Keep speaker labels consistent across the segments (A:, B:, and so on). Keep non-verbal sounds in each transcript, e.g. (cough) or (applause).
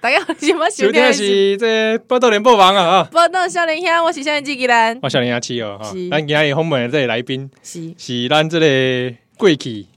A: 大家好，喜欢收
B: 收听
A: 听的
B: 的
A: 是
B: 哎是这报道联播网啊啊！
A: 报道少年兄，我是少年纪纪人，
B: 我少年阿七哦，哈
A: 是
B: 咱今日访问的这个来宾
A: 是，
B: 是咱这个贵体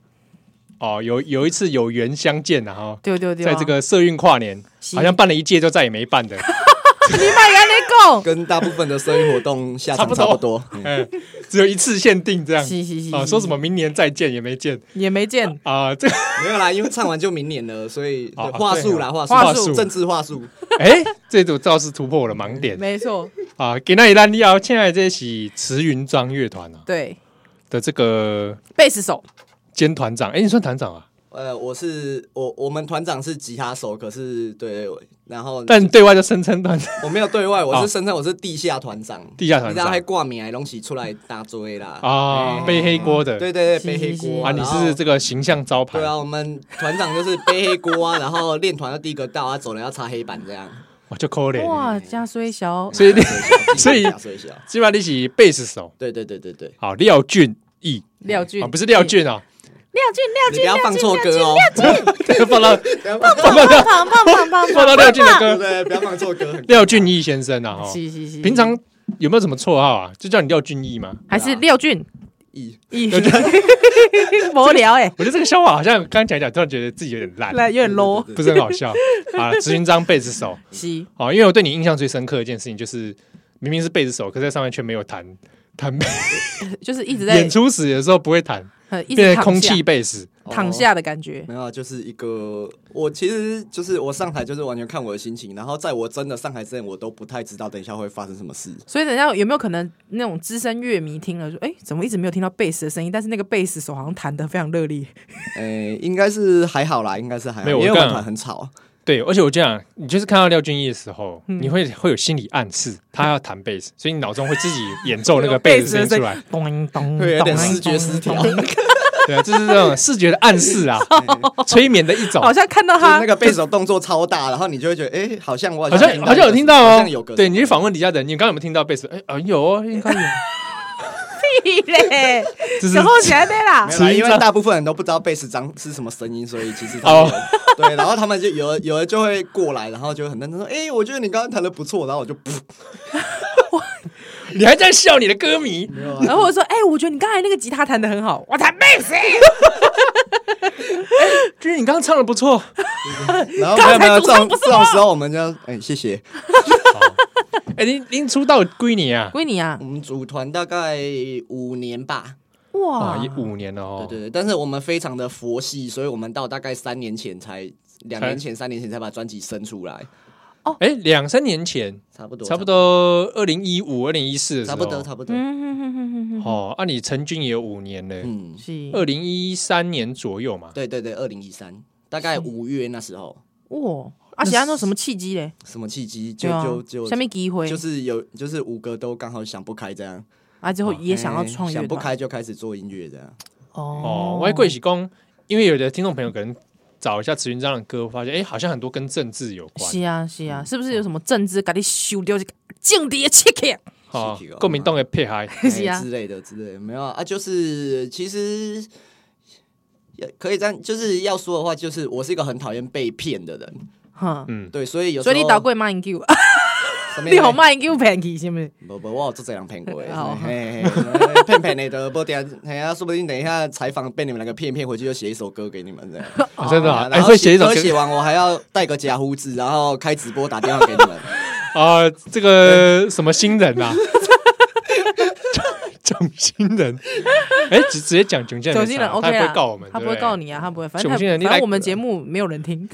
B: 哦，有有一次有缘相见啊、哈，
A: 对对对，
B: 在这个社运跨年，
A: 是
B: 好像办了一届就再也没办
A: (laughs)
B: 的，
A: 你卖安尼
B: (laughs)
C: 跟大部分的生意活动下场
B: 差
C: 差
B: 不 (laughs)
C: 不多。嗯
B: 嗯，只有一次限定这样
A: 讲，是是是
B: 啊，
A: 是
B: 说什么明年再见也没见
A: 也没
B: (laughs)
A: 见，
B: 啊，这
C: 没有啦，因为唱完就明年了，所以
B: 哦
C: 对话术啦，
B: 对
C: 话
B: 哦
C: 术，
B: 话术
C: 政治话术。
B: 哎，这组倒是突破我的盲点
A: 没错，
B: 啊！今天咱要现在这是慈云章乐团啊
A: 对，
B: 的这个
A: 贝斯手，
B: 兼团长，哎，你算团长啊？
C: 呃，我是我，我们团长是吉他手，可是对，我然后
B: 但对外就声称团长
C: 我没有对外，我
B: 哦
C: 是声称我是地下团长，
B: 地下团
C: 你知道还
B: 长
C: 挂名来东西出来打追啦。
B: 啊，
C: 哎
B: 背黑锅的，
C: 对对对，
A: 是
C: 背黑
A: 是是
C: 锅
B: 啊，你是这
C: 个。
B: 个形象招牌
C: 对，啊，我们团长就是背黑锅啊，然后练团的第一个到啊，走人要擦黑板这样。
B: 我就抠脸。
A: 哇，加虽小，
B: 所以你 (laughs) 所
C: 所
B: 以
C: 以所以
B: 基本上你是贝斯手，
C: 对对对对对，
B: 好，廖俊逸
A: 廖俊
B: 啊，不是廖，俊啊， (laughs)
A: 廖
C: 你
A: 俊，
C: 不
A: 廖
C: 要
A: 俊，
C: 放错哦歌哦，
B: 放到
C: (laughs) 不要放
B: 放到
A: 胖胖胖胖
B: 放 (laughs)
A: 胖，
B: 到廖俊的
C: 对
A: (laughs)
B: 歌，
C: 对，不要放错歌。很
B: 廖俊逸先生啊，哈，
A: 是是是，
B: 平常有没有什么绰号啊？就叫你廖俊逸吗？
A: 还是廖
B: (laughs)
A: 俊，
C: 意
A: 咦， (laughs) 无聊
B: (laughs)
A: 哎，
B: 我觉得这个笑话好像刚刚讲一讲，突然觉得自己有点烂，
A: 来有点 low，
B: 不是很好笑啊。执行章贝斯手，
A: 是，
B: 好，因为我对你印象最深刻的一件事情就是，明明是贝斯手，可是在上面却没有弹弹贝，
A: 就是一直在
B: (laughs) 演出时的时候不会弹，
A: 呃一直
B: 变
A: 躺
B: 成
A: 下
B: 空气贝斯。
A: 躺下的感觉，
C: 没有啊，就是一个我其实就是我上台就是完全看我的心情，然后在我真的上台之前，我都不太知道等一下会发生什么事。
A: 所以等一下有没有可能那种资深乐迷听了说，哎、怎么一直没有听到贝斯的声音？但是那个贝斯手好像弹得非常热烈，
C: 诶、应该是还好啦，应该是还好，
B: 没有
C: 因
B: 我
C: 为我
B: 干
C: 们团很吵。
B: 对，而且我这样，你就是看到廖俊逸的时候，你会会有心理暗示，他要弹贝斯，所以你脑中会自己演奏哦 (laughs) 那个贝斯声音出来。，
A: 咚咚咚，
C: 会有点视觉失调，
A: 咚
C: 就 (laughs)
A: 咚
C: 是
B: 对啊，这是这种视觉的暗示 (laughs) 啊，催眠的一 (laughs) 种。
A: (laughs) 好像看到
C: (laughs)
A: 他
C: 那个贝手动作超大，然后你就会觉得，诶，好像我
B: 好像好像有听
C: 到
B: 到
C: 一
B: 哦，
C: 个好像有个
B: 对，你去访问底下的人，你刚刚有没有听到贝斯？哎啊，有哦，应 (laughs) 该有。
A: 屁嘞，
B: 这是
A: 然后起来的啦
C: 没，有啦，
B: 迟疑
C: 因为
B: 症
C: 大部分人都不知道贝斯张是什么声音，所以其实他
B: 哦
C: 们对，然后他们就有的有的就会过来，然后就很认真说：“诶，我觉得你刚刚弹的不错。”然后我就噗，
B: 你还在笑你的歌迷？
C: 没有啊
A: 然后我说，哎、我觉得你刚才那个吉他弹得很好，我弹贝
C: (laughs)
A: 斯，
B: 就是你刚刚唱的不错。
C: 然后
A: 刚
C: 没
A: 才
C: 有没有
A: 主
C: 这
A: 唱
C: 种
A: 不是
C: 这种时候，我们就哎、谢谢。
B: 哎，您您出道归你啊，
A: 归你啊
C: 我，们组团大概五年吧，
B: 哇，
A: 哇
B: 也，五年了哦。
C: 对对对，但是我们非常的佛系，所以我们到大概三年前才，两年前、三年前才把专辑生出来，
B: 哎，两三年前，
C: 差不多，
B: 差不，多二零一五、二零一四的时
C: 差
B: 候，
C: 不多，差不多。
A: 嗯哼哼哼哼哼哼，
B: 哦，啊，你成军也有五年嘞，
C: 嗯，
A: 是，
B: 二零一三年左右嘛。
C: 对对对，二零一三，大概五月那时候，
A: 哇，啊，其他那什么契机嘞？
C: 什么契机？就
A: 对啊
C: 就，就
A: 下面机会，
C: 就是有，就是五个都刚好想不开这样，
A: 啊，之后也想要
C: 哎
A: 创业，
C: 想不开就开始做音乐这样。
B: 哦
A: 哦，，
B: 我还贵喜公，因为有的听众朋友可能找一下慈云章的歌，发现哎，好像很多跟政治有关嗯
A: 是。啊，是啊，是不是有什么政治给你修掉这个政治的切克？
B: 哦
C: 是，哦
B: 共鸣动的配
A: (laughs)
B: 嗨。
A: (laughs) 是啊
C: 哎之类的之类的，没有啊，啊就是其实也可以这样，就是要说的话，就是我是一个很讨厌被骗的人，
A: 哈，
B: 嗯
C: 对，所以有时
A: 所
C: 候
A: 以你倒过骂 NQ，(laughs)
C: 什么
A: 你好骂 NQ 骗去是不是？
C: 不不，我有做这样
A: (laughs)
C: 骗过的
A: 哦，
C: 嘿嘿嘿骗骗你的，不等下，哎呀，说不定等一下采访被你们两个骗一骗，回去就写一首歌给你
A: (laughs)
C: 们这样。
A: 哦
B: 啊真的啊，哎，
C: 然后
B: 会写一首
C: 歌
B: 歌
C: 写完我还要带个假胡子，然后开直播打电话给你
A: (laughs)
C: 们。
B: 啊，这个什么新人啊，囧新人，哎，直直接讲囧新人没差，
A: 九星人 OK
B: 他不
A: 啦
B: 会告我们，
A: 他不
B: 对
A: 会
B: 对
A: 告。你啊，他不会，反
B: 九
A: 正他
B: 星人你
A: 反
B: 来
A: 正我们节目没有人听，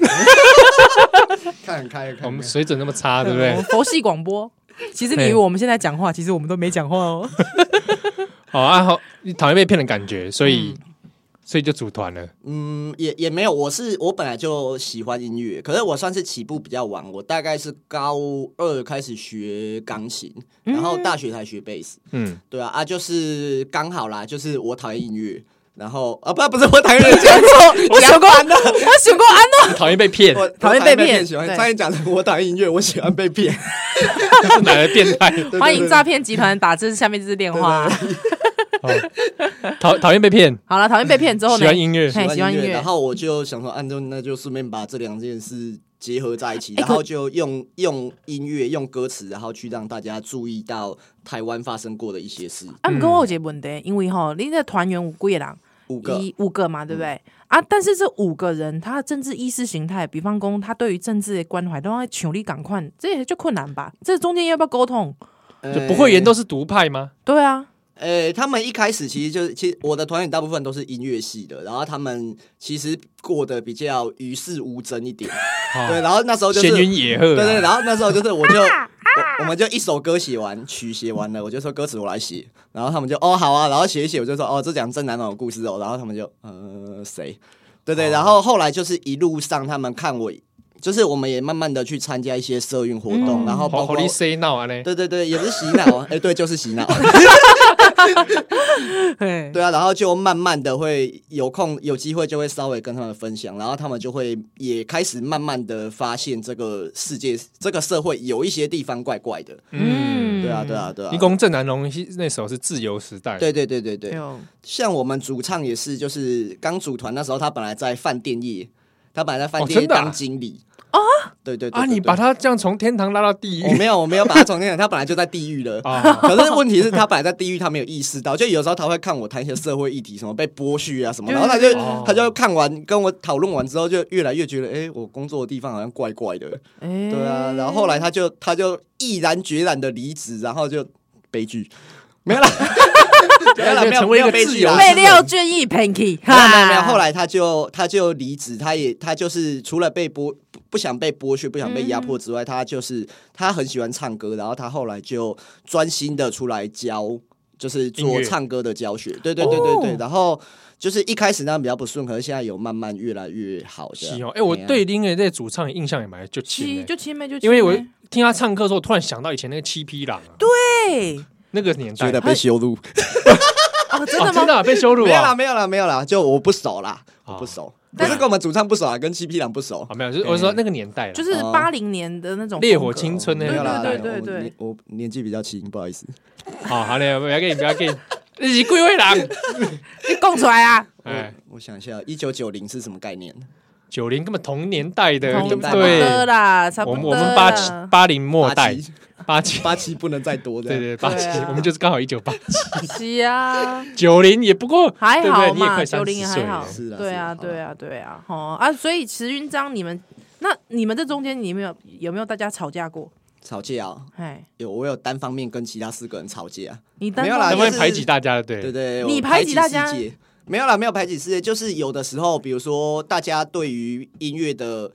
C: 看很开，
B: 我
C: 看很
B: 们
C: 开
B: 水准那么差，对不
A: (laughs) 我
B: 对
A: 们？佛系广播。其实你以为我们现在讲话，其实我们都没讲
B: (laughs)
A: 话哦。
B: 哦啊，好，你讨厌被骗的感觉，所
A: 嗯
B: 以所以就组团了。
C: 嗯，也也没有，我是我本来就喜欢音乐，可是我算是起步比较晚，我大概是高二开始学钢琴，
A: 嗯
C: 然后大学才学贝斯。
B: 嗯，
C: 对啊，啊，就是刚好啦，就是我讨厌音乐，然后啊，不，不是我讨厌音乐，讲错，我想完了，
A: 我想过安
B: 你讨厌被骗，
C: 我
A: 讨厌被骗
C: 喜欢
A: 对
C: 差点讲成我讨厌音乐，我喜欢被
A: (laughs)
C: 骗。
B: 这 (laughs) 哪来的变态？
A: 诺，欢迎诈骗集团打这下面这支电话。
B: 讨讨厌被骗，
A: 好了，讨厌被骗之后呢？
B: 喜欢音乐
A: 嘿喜欢音
C: 音
A: 乐
C: 然后我就想说，按照那就顺便把这两件事结合在一起，
A: 哎
C: 然
A: 可
C: 后就用用音乐、用歌词，然后去让大家注意到台湾发生过的一些事。
A: 啊，毋过我有一个问题，因为吼，恁的团员有几个人？
C: 五个嗯
A: 一五个嘛，对不对？啊，但是这五个人他的政治意识形态，比方讲他对于政治的关怀，都要求你赶快，这也就困难吧？这中间要不要沟通？
B: 就不会
C: 严
B: 人
C: 重。
B: 都是独派吗？
A: 对啊，
C: 呃，哎他们一开始其实就是，其实我的团员大部分都是音乐系的，然后他们其实过得比较与世无争一点，对，然后那时候就是
B: 闲云野鹤啊，
C: 对对，然后那时候就是我就我我们就一首歌写完，曲写完了，我就说歌词我来写，然后他们就哦好啊，然后写一写，我就说哦这讲正南的故事哦，然后他们就呃谁，对对，然后后来就是一路上他们看我，就是我们也慢慢的去参加一些社运活动，然后包
B: 好好
C: 括
B: 你 say now 啊嘞，
C: 对对对，也不是洗脑，哎对，就是洗脑。
A: 对
C: 对啊，然后就慢慢的会有空有机会就会稍微跟他们分享，然后他们就会也开始慢慢的发现这个世界这个社会有一些地方怪怪的。
B: 嗯，
C: 对啊，对啊，对啊
B: 你。讲郑南榕那时候是自由时代，
C: 对对对对
A: 哎
C: 对，
A: 呦
C: 像我们主唱也是，就是刚组团那时候，他本来在饭店业，他本来在饭
B: 哦
C: 店
B: 真
C: 业
B: 的啊
C: 当经理啊。对对对
B: 啊，
C: 对
B: 你
C: 对
B: 把他这样从天堂拉到地
C: 我
B: 狱
C: 没有，我没有把他从天堂，他本来就在地狱了。
B: (laughs)
C: (laughs)
B: 啊，
C: 可是问题是，他本来在地狱，他没有意识到。就有时候他会看我谈一些社会议题，什么被剥削啊什么，然后他就
B: 哦
C: 他就看完跟我讨论完之后，就越来越觉得，哎、我工作的地方好像怪怪的。
A: 哎，
C: 对啊，然后后来他就他就毅然决然的离职，然后就悲剧，没有啦， (laughs) 没有啦，
B: 就
C: 没有
B: 成为一个
C: 没有悲剧啊
B: 自由
C: 啦
A: 被廖俊逸 Panky，
C: 没有没有没有，后来他就他就离职，他也他就是除了被剥不不想被剥削、不想被压
A: 嗯
C: 迫之外，他就是他很喜欢唱歌，然后他后来就专心的出来教，就是
B: 音
C: 做
B: 乐
C: 唱歌的教学。对对对对对，
A: 哦
C: 然后就是一开始那样比较不顺，可是现在有慢慢越来越好的。
B: 是哦，哎，我
C: 啊
B: 对林的那主唱印象也蛮就
A: 七
B: 浅的，
A: 就七妹就七
B: 因为我
A: 妹
B: 听他唱歌的时候，我突然想到以前那个七匹狼啊，
A: 对
B: 那个年代
C: 觉得被羞辱，
A: 哎哦，真
B: 哦
A: 的
B: 真的
A: 吗？
B: 啊被羞辱
C: 没有啦
B: 啊，
C: 没有啦没有啦，就我不熟啦，
B: 啊
C: 我不熟，不
B: 对啊
C: 是跟我们主唱不熟啊，跟七匹狼不熟
B: 啊。没有，就是我是说那个年代啦，
A: 就是
C: 哦
A: 八零年的那种
B: 烈火
A: 风格
B: 青春那个
A: 对
C: 没有啦，
A: 对
C: 我
A: 对对
C: 我
A: 对
C: 年，我年纪比较轻，不好意思。
B: 啊，好嘞，不要给你不要给
C: (laughs)
B: 你，你是贵位狼，
A: 你供出来啊！
B: 哎
C: 哎，，我想一下，一九九零是什么概念？
B: 九零根本同年代的，
A: 同
B: 对
A: 差
B: 不
A: 不
B: 对
A: 多？啦，差
B: 我们
A: 不多
B: 我
A: 啦。
B: 们八七八零末
C: 八
B: 代
C: 七
B: 八七，
C: 八七不能再多的。
B: 对 (laughs) 对八七
A: 对啊，
B: 我们就是刚好一九八
A: 是啊，
B: 九零也不过
A: 还
B: 对不对
A: 好
B: 你也
A: 嘛，
B: 快
A: 九
B: 三
A: 零也
B: 十岁
A: 还好
B: 了，
C: 是啊
A: 对啊，
C: 是啊
A: 对啊，对啊，哦啊，所以池云章，你们那你们这中间你们有有没有大家吵架过？
C: 吵架啊，
A: 哎，
C: 有我有单方面跟其他四个人吵架，
A: 你单
C: 没有啦
B: 那
A: 方
B: 会
A: 面
C: 啊就是
B: 排挤大家的，对
C: 对对，
A: 你
C: 我
A: 排
C: 排
A: 挤
C: 挤
A: 大家
C: 世界没有啦，没有排挤世界，就是有的时候，比如说大家对于音乐的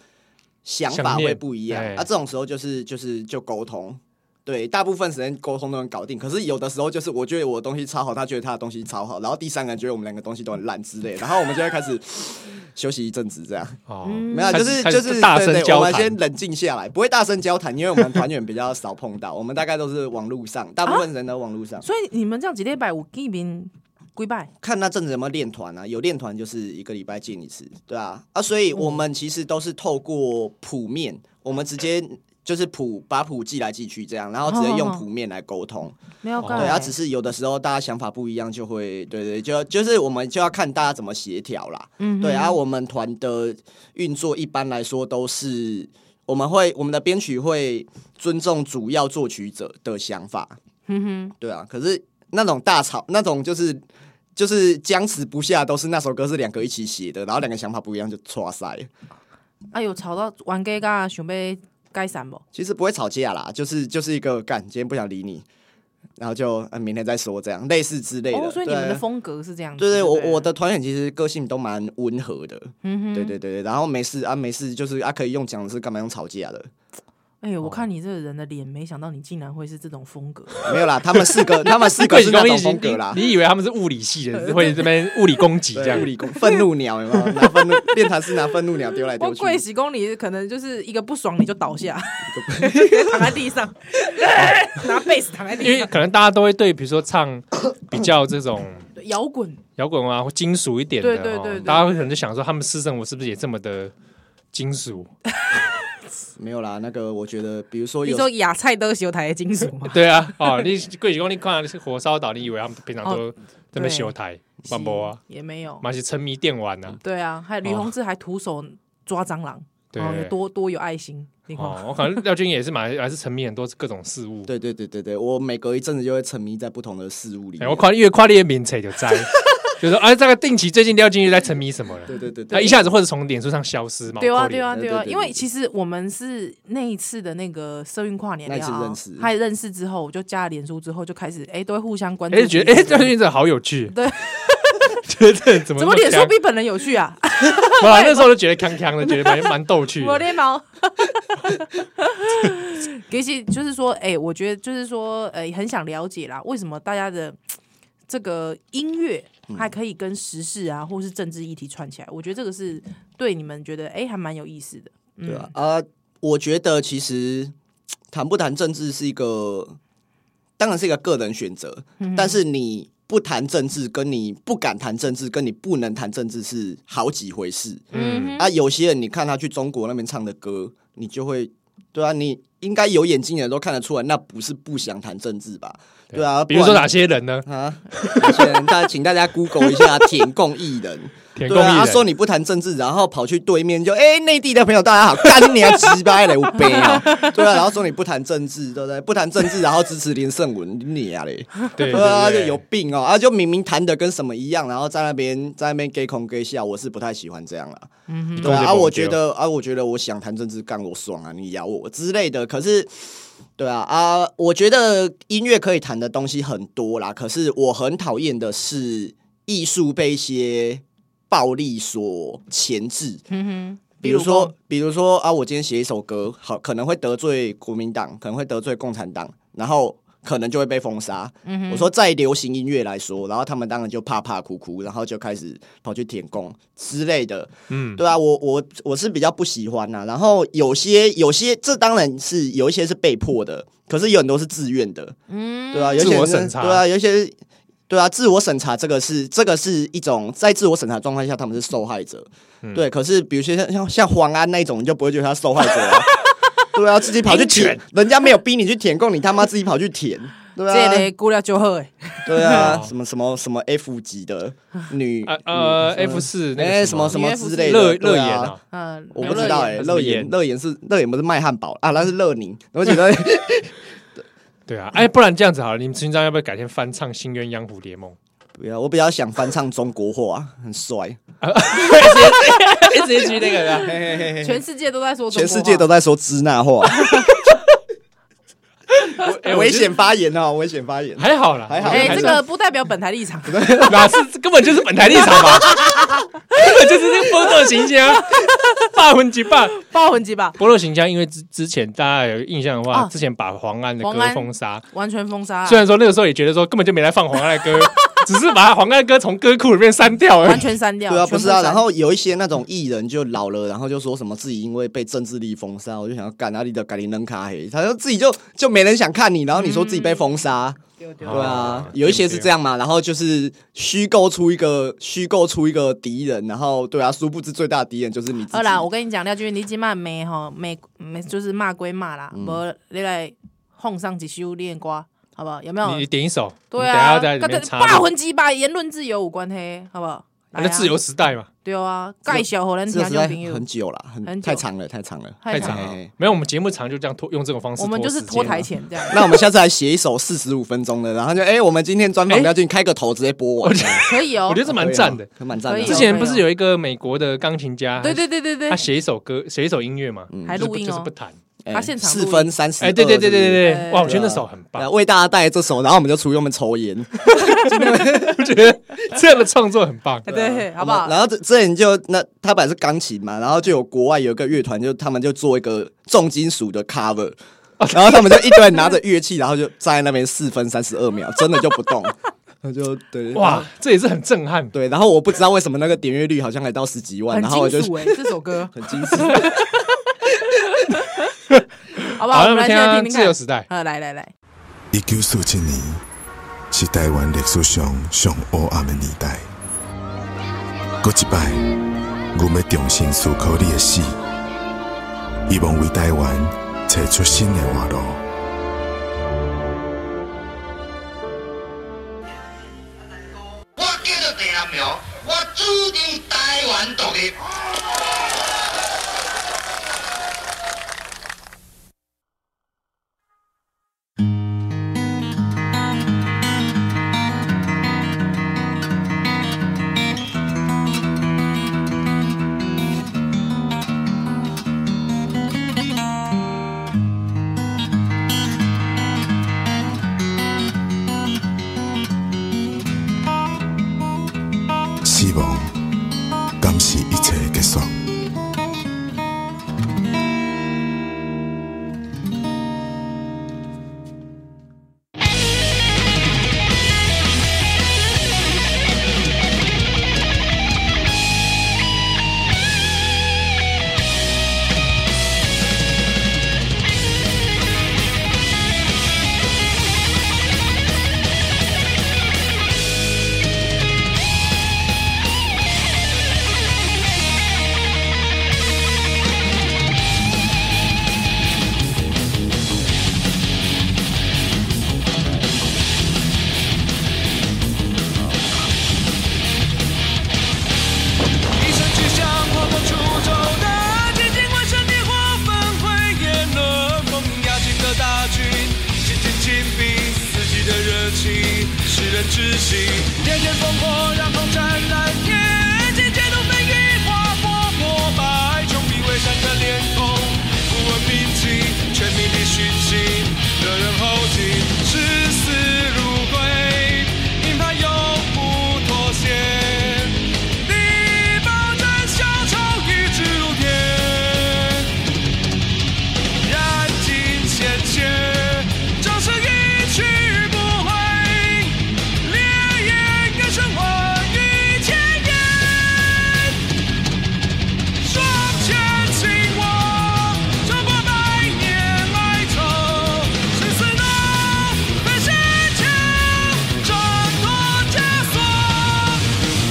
C: 想
B: 想
C: 法
B: 念
C: 会不一样，
B: 哎
C: 啊，这种时候就是就是就沟通。对，大部分时间沟通都能搞定，可是有的时候就是我觉得我的东西超好，他觉得他的东西超好，然后第三个人觉得我们两个东西都很烂之类的，然后我们就会开始 (laughs) 休息一阵子这样。
B: 哦，
A: 嗯
C: 没有，啊
B: 开
C: 就
B: 始
C: 是
B: 开
C: 就
B: 始
C: 是
B: 大
C: 对
B: 声
C: 对
B: 交
C: 我们
B: 谈
C: 先，冷静下来，不会大声交谈，因为我们团员比较少碰到，我们大概都是网络上，大部分人都网络上。
A: 所以你们这样几礼拜有见面几拜？
C: 看那阵子有没有练团啊？有练团就是一个礼拜见一次，对啊，啊，所以我们其实都是透过谱面，我们直接就是谱把谱寄来寄去这样，然后直接用
A: 哦哦哦
C: 谱面来沟通。
A: 没有
B: 哦
A: 干
C: 对啊，只是有的时候大家想法不一样，就会对对，就就是我们就要看大家怎么协调啦。
A: 嗯哼
C: 对啊，我们团的运作一般来说都是我们会我们的编曲会尊重主要作曲者的想法，
A: 嗯哼
C: 对啊。可是那种大吵，那种就是就是僵持不下，都是那首歌是两个一起写的，然后两个想法不一样就错塞。
A: 哼，啊有吵到玩家噶想要改善不？
C: 其实不会吵架啦，就是就是一个干，今天不想理你，然后就、呃、明天再说这样，类似之类的。
A: 哦，所以你们
C: 对
A: 的风格是这样子。
C: 对对，
A: 对
C: 我
A: 不对
C: 我，的团员其实个性都蛮温和的，
A: 嗯哼，
C: 对对对对，然后没事啊没事，就是啊可以用讲的是干嘛用吵架的？ (laughs)
A: 哎、
C: 哦
A: 我看你这个人的脸，没想到你竟然会是这种风
C: (laughs)
A: 格。
C: 没有啦，他们四
A: (laughs)
C: 个他们四个
B: 贵子
C: 是那
B: 公
C: 种
B: 一
C: 风
B: 型
C: 格啦，
B: 你 (laughs) 你以为他们是物理系的，会这边物理攻击这
C: 对
B: 样
C: 物，理工愤怒鸟有没有？拿愤怒练团是拿愤怒鸟丢来
A: 光
C: 丢去，
A: 跪洗哦公里，可能就是一个不爽你就倒
C: (laughs)
A: 下，躺在地上， (laughs) 拿被子躺在
B: 因
A: 地
B: 为
A: 上，
B: 可能大家都会对比如说
C: (clears throat)
B: 唱比较这种
A: 对摇滚。
B: 摇滚啊或金属一点的，
A: 对对对
B: 哦
A: 对
B: 大家会可能就想说他们私生活是不是也这么的金属？
C: 没有啦。那个我觉得，比如说
A: 你
C: 有
A: 说亚菜德修台的金属
C: (laughs)
A: 吗？
B: 对啊， (laughs) 哦，你贵子公你看是火烧岛，你以为他们平常都在那
A: 哦对
B: 边修台万博啊，
A: 也没有。
B: 嘛是沉迷电玩啊，
A: 对啊，还有吕
B: 哦
A: 宏志还徒手抓蟑螂，
B: 对
A: 哦，有多多有爱心，你看，
B: 哦，我可能廖俊也是蛮还是沉迷很多各种事物。
C: 对对对对对，我每隔一阵子就会沉迷在不同的事物里
B: 哎、
C: 面。
B: 我跨越跨越名册就在， (laughs) 就说哎，这个定期最近廖俊也在沉迷什么了？
C: 对对对
B: 他
A: 哎
C: 对，
B: 一下子或者从脸书上消失嘛？
A: 对啊，
B: 可怜
A: 对啊，
C: 对
A: 对啊，
C: 对对
A: 因为其实我们是那一次的那个社运跨年
C: 那一次
A: 聊
C: 认识
A: 还认识之后，我就加了脸书之后，就开始哎，都会互相关注
B: 哎、
A: 彼此。
B: 觉得哎，廖俊这好有趣，
A: 对，
B: (laughs) 觉得怎么
A: 怎
B: 那
A: 么脸书
B: 强
A: 比本人有趣啊？
B: 我那时候就觉得康康的，觉得蛮蛮逗趣的。
A: 我的毛。 (laughs) 其实就是说，哎、我觉得就是说，呃，很想了解啦，为什么大家的这个音乐还可以跟时事啊，或是政治议题串起来？我觉得这个是对你们觉得，哎、还蛮有意思的。
C: 对啊，啊，我觉得其实谈不谈政治是一个，当然是一个个人选择，但是你。不谈政治，跟你不敢谈政治，跟你不能谈政治是好几回事。
B: 嗯，
C: 啊，有些人你看他去中国那边唱的歌，你就会，对啊，你应该有眼睛的人都看得出来，那不是不想谈政治吧？对啊，
B: 比如说
C: 不然
B: 哪些人呢？
C: 啊，有些人大家请大家 Google 一下 (laughs) 舔共艺人，
B: 田
C: 对
B: 共艺
C: 啊，他
B: 人，
C: 说你不谈政治，然后跑去对面就哎内、地的朋友大家好，干你啊直白嘞，我背啊， (laughs) 对啊，然后说你不谈政治，对不对？不谈政治，然后支持林胜文，你啊嘞，
B: 对
C: (laughs) 对啊，就
B: 对
C: 有病哦，啊就明明谈的跟什么一样，然后在那边在那边 gay 空 gay 笑，我是不太喜欢这样啦。
A: 嗯
C: 对
B: 你
C: 啊，
B: 讲
C: 啊
B: 就
C: 我
B: 对
C: 觉
B: 了
C: 得啊，我觉得我想谈政治干我爽啊，你咬我之类的。可是，对啊啊，我觉得音乐可以谈的东西很多啦。可是我很讨厌的是艺术被一些暴力所钳制。
A: 哼嗯哼，
C: 比如说，比如说啊，我今天写一首歌，好可能会得罪国民党，可能会得罪共产党，然后可能就会被封杀。我说在流行音乐来说，然后他们当然就怕怕哭哭，然后就开始跑去舔共之类的。
B: 嗯，
C: 对啊，我我我是比较不喜欢啊呐、然后有些有些，这当然是有一些是被迫的，可是有很多是自愿的，
A: 嗯，
C: 对啊，有
B: 自
C: 些
B: 我
C: 是
B: 审查
C: 对啊，有一些对啊，自我审查这个是这个是一种在自我审查状态下他们是受害者，
B: 嗯
C: 对。可是比如说像像像黄安那种，你就不会觉得他受害者、啊， (laughs) 对啊，自己
B: (laughs)
C: 跑去舔，人家没有逼你去舔供，你他妈自己跑去舔，对
A: 这
C: 啊，
A: 类估料就好哎，
C: 对
B: (laughs)
C: 啊，什么什么什么 F 级的女
B: 啊呃
C: 女什么
B: F 四那
C: 哎
B: 个
C: 什么什么之类的，
B: 乐
C: 对
B: 乐
C: 啊
B: 言啊，
A: 嗯，
C: 我不知道哎、
B: 还是
C: 乐
B: 盐
C: 眼乐眼是乐眼不是卖汉堡啊，那是乐宁。我
B: (laughs)
C: 觉得
B: 对啊，哎，不然这样子好了，你们平常要不要改天翻唱《新鸳鸯蝴蝶
C: (laughs)
B: 梦
C: 不要，我比较想翻唱中国话，很帅。》
B: ？S H 那个啊，
A: 全世界都在说中国话，
C: (laughs) 全世界都在说支
A: (laughs)
C: 那话，
B: 哎我
C: 危
B: 觉得
C: 险发言啊，危险发言。
B: 还好啦，
C: 还好
A: 哎，这
B: 算
A: 个不代表本台立
C: (laughs)
A: 场，
B: 哪是根本就是本台立场
A: (laughs)
B: 嘛，根本就是这个波特行家，霸魂级霸。
A: 八魂级吧，
B: 波特行家，因为之之前大家有印象的话，
A: 啊
B: 之前把黄安的歌
A: 黄安
B: 封杀，
A: 完全封杀啊，
B: 虽然说那个时候也觉得说根本就没来放黄安的歌，只是把黄安的歌从歌库里面删掉而
A: 啊完
B: 已。
A: 全删掉，
C: 对啊，
A: 全
C: 不
A: 部
C: 是啊，
A: 删
C: 然后有一些那种艺人就老了，然后就说什么自己因为被政治力封杀，我就想要干哪里的赶紧扔卡黑，他说自己就就没人想看你，然后你说自己被封杀，
A: 嗯丢丢
B: 哦
C: 对啊
B: 哦，
C: 有一些是这样嘛，然后就是虚构出一个虚构出一个敌人，然后对啊，殊不知最大的敌人就是你自己。
A: 好啦，我跟你讲，廖俊，你即骂骂吼，骂骂就是骂归骂啦，
C: 嗯
A: 无、你来奉上一首恋歌，好不好？有没
B: 你你
A: 有？
B: 点一首，
A: 对
B: 你等一下
A: 啊，
B: 在里面
A: 跟
B: 插
A: 霸
B: 入。
A: 魂鸡巴言论自由有关系，好不好？
B: 啊
A: 来
B: 那
A: 啊
B: 自由时代嘛，
A: 对啊，介绍互咱
C: 这
A: 听
C: 实
A: 众
C: 在
A: 朋友
C: 很，久了，
A: 很
C: 很
A: 久
C: 太长了，太长了。
B: 太
A: 长
B: 长
A: 了
C: 嘿
B: 了
C: 嘿。
B: 没有，我们节目常就这样拖，用这种方式。
A: 哎我们就是拖台。前这样。
C: (laughs) 那我们下次来写一首四十五分钟的，然后就哎、我们今天专访
B: 哎
C: 廖俊开个头直接播完，
A: 可以哦
B: 我觉得，这蛮
C: (laughs)
B: 赞的。
C: 可以啊，蛮赞的。
A: 可以
B: 之
A: 哦
B: 前不是有一个美国的钢琴家，
A: 对对啊对对对
B: 他，啊写一首歌，写一首音乐嘛，
C: 嗯
A: 还
B: 就是
A: 录音
B: 不就是
A: 哦
B: 不，弹。
C: 哎
A: 他现场录
C: 四
A: 音
C: 分三十，
B: 哎，对对对对对对，
A: 哎
B: 哇，我觉得那
C: 对啊
B: 首很
C: 来
B: 棒，
C: 为大家带来这首，然后我们就出去外面抽烟，
B: 我觉得 (laughs) 这样的创作很棒。
A: 对，好不好
C: 我们？然后之之前就那他本来是钢琴嘛，然后就有国外有一个乐团，就他们就做一个重金属的 cover，然
B: 哦
C: 后他们就一堆人拿着乐器，然后就站在那边四分三十二秒，真的就不动，那就对
B: (laughs) 哇，这也是很震撼。
C: 对，然后我不知道为什么那个点阅率好像还到十几万，
A: 很
C: 然后我就
A: 金属
C: (laughs)
A: 哎，这首歌，
C: 很惊喜。
A: 好不
B: 好，
A: 我
B: 那
A: 们
B: 么
A: 来
B: 听
A: 现在
B: 下
A: 听
B: 自由
A: 听
B: 时代。
A: 看。好，来来来，
D: 一九四七年是台湾历史上上黑暗的年代。过一摆，阮要重新思考你的死，希望为台湾找出新的活路。
E: 我叫做郑南苗，我主张台湾独立。
D: 敢是一切的结束？
F: 一声巨响划破滁州的天际，万山烈火纷飞烟轮，风压进的大军，渐渐紧逼，四季的热情使人窒息，点点烽火让空湛蓝天，尽皆都飞雨划破破败，穷比伪善的脸孔，不问民情，全民的殉情，惹人后继，视死如归，硬派永不妥协。你保证小丑一直如铁，燃尽鲜血，掌声一去不回，烈焰更深化于千言，双拳紧握，冲破百年哀愁，生死怒，奋身求，挣脱枷锁。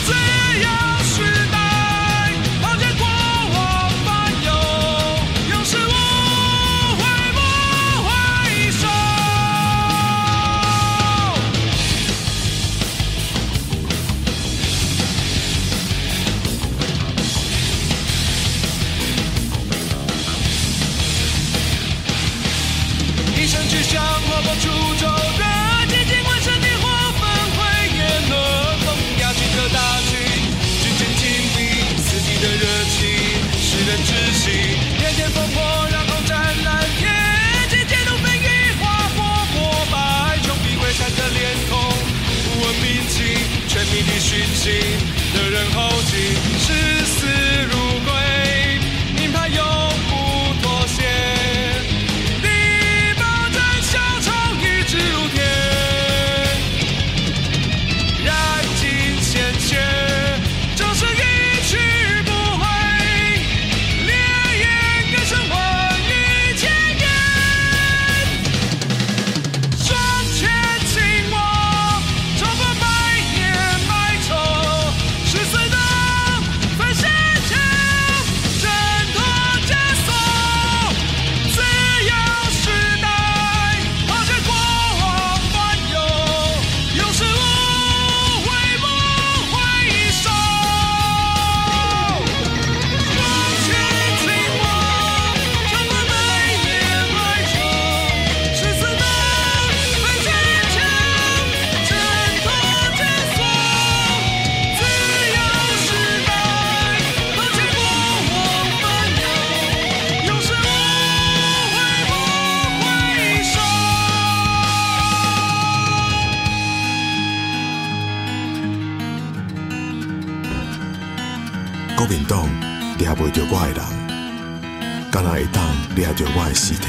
F: 自由时代，抛却过往烦忧，永世无悔不回首。一声巨响划破滁州的天际，万山烈火纷飞烟轮，风压进的大军，军情紧逼，四季的热情使人窒息，点点烽火让空湛蓝天，尽皆都被雨划破破败，穷比鬼山的脸孔，不问民情，全民的殉情，惹人后继，视死如归，硬派永不妥协。你保证小丑一直如铁，燃尽鲜血，掌声一去不回，烈焰更深万语千言。双拳紧握，冲破百年哀愁，是谁的分身球，挣脱枷锁，自由时代，抛却过往烦忧，永世无悔不回首。双拳紧握，冲破百年哀愁，誓死的奋坚强，挣脱枷锁，自由时代，抛却过往烦忧，永世无悔不回首。
D: 国民党抓袂着我的人，敢若会当抓着我的尸体。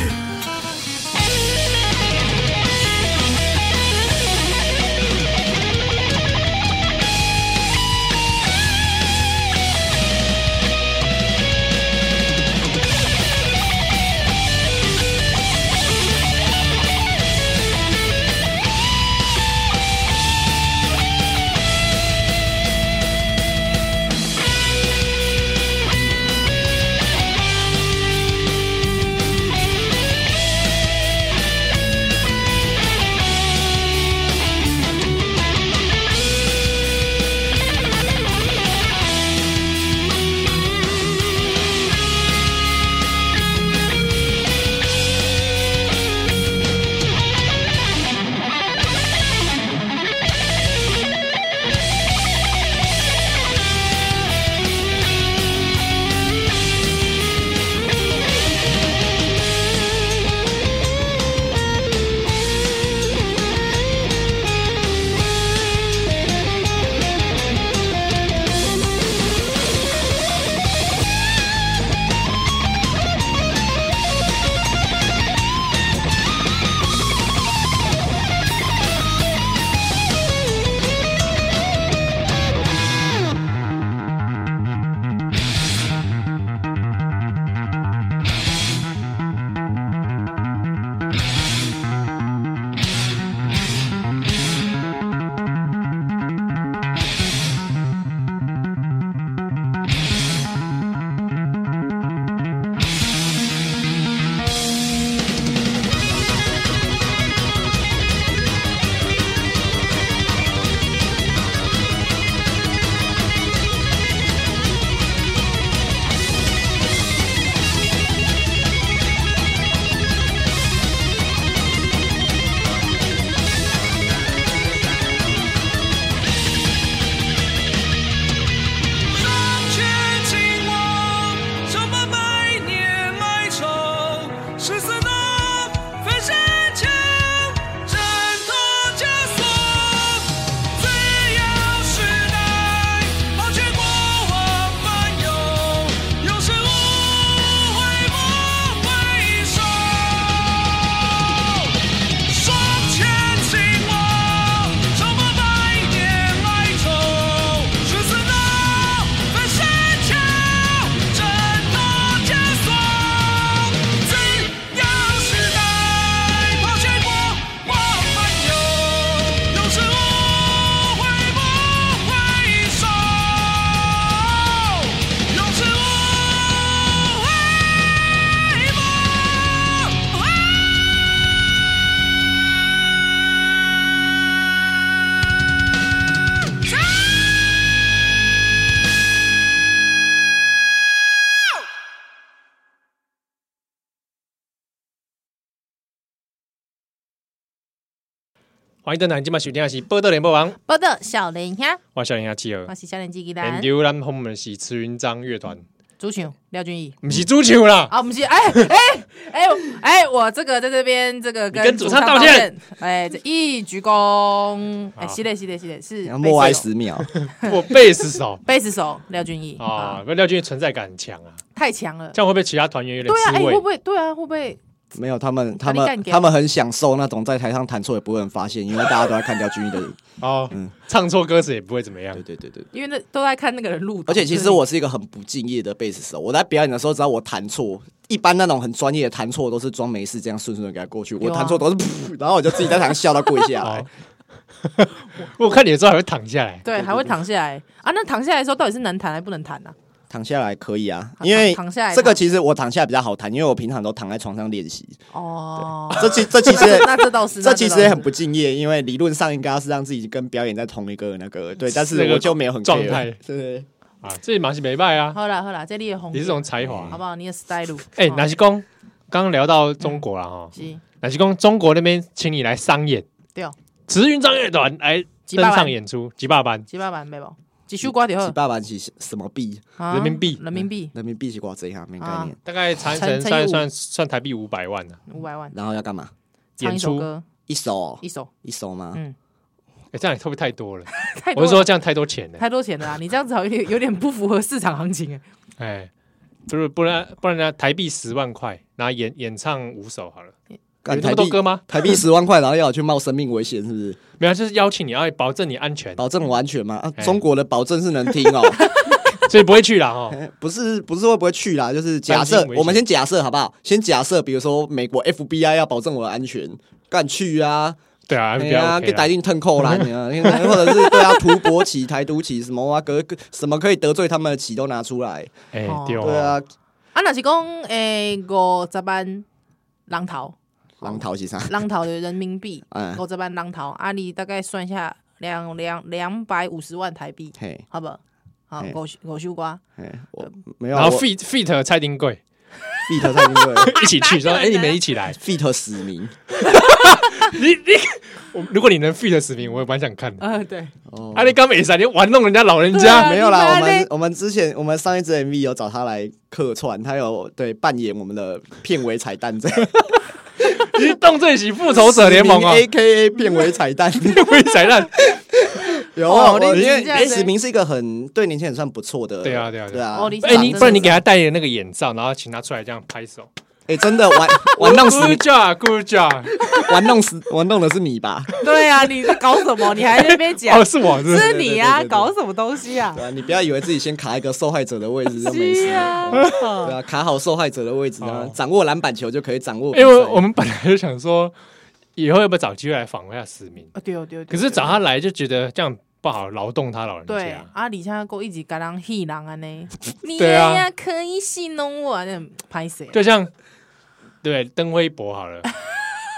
F: 一
B: 欢迎登台，今晚收听的是《波特联播王》，
A: 报道小林呀，
B: 我是小林阿七儿
A: 我。是小林鸡鸡
B: 研
A: 蛋，
B: 究咱后面是慈云章乐团，
A: 主唱廖俊逸。
B: 不是足球啦，
A: 啊，我们是哎哎哎哎，我这个在这边这个
B: 你跟主
A: 主
B: 唱
A: 唱
B: 道歉
A: 歉，哎，这一鞠躬，
B: 好
A: 哎，系列系列系列是
C: 要默哀
A: 贝斯手
C: 十秒，
A: 哦
B: 我贝斯手
A: 贝斯手廖俊逸
B: 啊
A: 啊，，
B: 廖俊逸存在感很强啊，
A: 太强了，
B: 这样会不会其他团员有点
A: 对啊，哎，
B: 吃
A: 会不
B: 味？
A: 会对啊，会不会
C: (laughs) 没有他们，
A: 把
C: 他
A: 你干
C: 们
A: 掉
C: 他们很享受那种在台上弹错也不会很发现，因为大家都在看掉军艺的人。
B: 哦，唱错歌词也不会怎么样
C: 嗯对。对对对。
A: 因为那都在看那个人录的？
C: 而且其实我是一个很不敬业的贝斯手，我在表演的时候，只要我弹错，一般那种很专业的弹错都是装没事，这样顺顺的给他过去。我
A: 有啊
C: 弹错都是噗，然后我就自己在台上笑到跪下来
B: 哦。，我看你的时候还会躺下来。
A: 对还会躺下来啊，那躺下来的时候到底是能弹还是不能弹呢？
C: (laughs)
A: 啊
C: 躺下来可以啊，
A: 躺
C: 因为
A: 躺下来
C: 这个其实我躺下来比较好弹，因为我平常都躺在床上练习。
A: 哦，
C: 这其这其实
A: (laughs) 那这倒是，
C: 这其实
A: 那这
C: 也很
A: 倒是
C: 不敬业，因为理论上应该要是让自己跟表演在同一个那个对，但是
B: 那个
C: 我就没有很 care
B: 状态
C: 对，
B: 啊，这马是没败啊，
A: 好啦好啦，这里也红，
B: 你是这种才华
A: 哦
B: 啊
A: 好。不好？你的 style，
B: 哎，
A: 哦
B: 哪西公刚刚聊到中国了哈，
A: 是
B: 哪西公中国那边请你来商演，
A: 对哦，
B: 慈云章乐团来
A: 几
B: 登
A: 百万
B: 上演出，几百班
A: 几百万没有？几首歌就
C: 几
A: 好
C: 百万起什么币，
A: 啊
B: 人民币
A: 人民币
C: 人民币是挂这一下啊没概
A: 啊
C: 念，
B: 大概缠成
A: 乘乘
B: 算
A: 以五
B: 算算台币五百万呢。
A: 五百万，
C: 然后要干嘛？
A: 唱一
B: 演
A: 首
B: 出
A: 歌，
C: 一首
A: 一首，
C: 一首吗？
A: 嗯，
B: 哎，这样也会不会太多了？
A: 太多
B: 我
A: 了
B: 是说这样太多钱了。
A: 太多钱了啊！你这样子好像有点有点不符合市场行情哎。
B: 哎，就是不然不然呢，台币十万块，拿演演唱五首好了，
C: 干
B: 有这
C: 台
B: 么多
C: 币
B: 歌吗？
C: 台币十万块，然后要我去冒生命危险，是不
B: (laughs)
C: 是？
B: 没有，啊就是邀请你，要保证你安全，
C: 保证我安全吗？啊
B: 哎，
C: 中国的保证是能听
A: (laughs)
C: 哦，
B: 所以不会去哦了
C: (laughs)
B: 哈。
C: 哎不是不是会不会去啦？就是假
B: 担
C: 设
B: 心危险
C: 我们先假设好不好？先假设，比如说美国 FBI 要保证我的安全，干去啊！
B: 对啊，
C: 哎
B: 比
C: 呀，
B: 较
C: 给
B: OK
C: 逮
B: 啦。
C: 定腾扣篮啊， (laughs) 或者是对啊，土国旗、台独旗什么啊，各各什么可以得罪他们的旗都拿出来。
B: 哎
A: 哦，
B: 对
C: 对
B: 哦，
C: 啊，
A: 啊，那是讲诶五十万浪头，
C: 狼逃其啥？
A: 浪头的人
B: (laughs)
A: 民币
B: 哎
C: 嗯
A: 五十万浪头，啊，你大概算一下两两两百五十万台币，
C: 嘿，
A: 好不好？好，
B: 哎
C: 嘿
A: 五五首瓜，
C: 嘿，我没有
B: 呃然
C: 啊，
B: 后
C: 我
B: feet feet 蔡丁贵
C: feet 在因 (laughs) 为
B: 一起去，说哎，你们一起来。
C: feet 死
B: (laughs)
C: 名
B: 你你， (laughs) 我如果你能 feet 死命，我也蛮想看的。
A: 呃，对，
C: 哦
B: 啊，你刚没闪，你玩弄人家老人家
A: 对啊
C: 没有啦，我
A: 你们
C: 们我们之前我们上一支 MV 有找他来客串，他有对扮演我们的片尾彩
B: (laughs)
C: 蛋这样。
B: 你动这起复仇者联盟
C: (laughs)
B: 啊，
C: A K A 片尾
B: (laughs)
C: 彩蛋。
B: 会彩
A: (laughs)
B: 蛋。
C: 有
A: 哦
C: 啊，我
A: 你
C: 因
A: 你
C: 为
A: 这样子
C: 史明是一个很对年轻人算不错的，
B: 对啊对啊对
C: 对啊
A: 哦你。
B: 哎，你
A: 长得
B: 不然你
A: 是
B: 给他戴那个眼罩，然后请他出来这样拍手。
C: 哎真
B: (laughs)
C: 的玩玩弄史
B: Good
C: 明，
B: job，Good job。
C: 玩弄史玩弄的是你吧？ (laughs)
A: 对啊，你在搞什
B: (laughs)
A: 么？你还在那边讲
B: 哦，，是我，是不是
A: 是你啊，
C: 对对对对对
A: 搞什么东西啊
C: 对？啊，你不要以为自己先卡一个受害者的位置就没
A: 是
C: 事。
A: (laughs) 啊，
C: 对啊，卡好受害者的位置啊
B: 哦，
C: 掌握篮板球就可以掌握比赛。
B: 因为哎我们本来就想说，以后要不要找机会来访问一下死明？
A: 啊对哦对哦，对哦
B: 可是找他来就觉得这样不好劳动他老人
A: 对
B: 家，
A: 啊，李佳够一直跟人戏人安尼，你
B: 对啊
A: 呀可以戏弄我，啊那拍谁？
B: 就像对登辉博好了，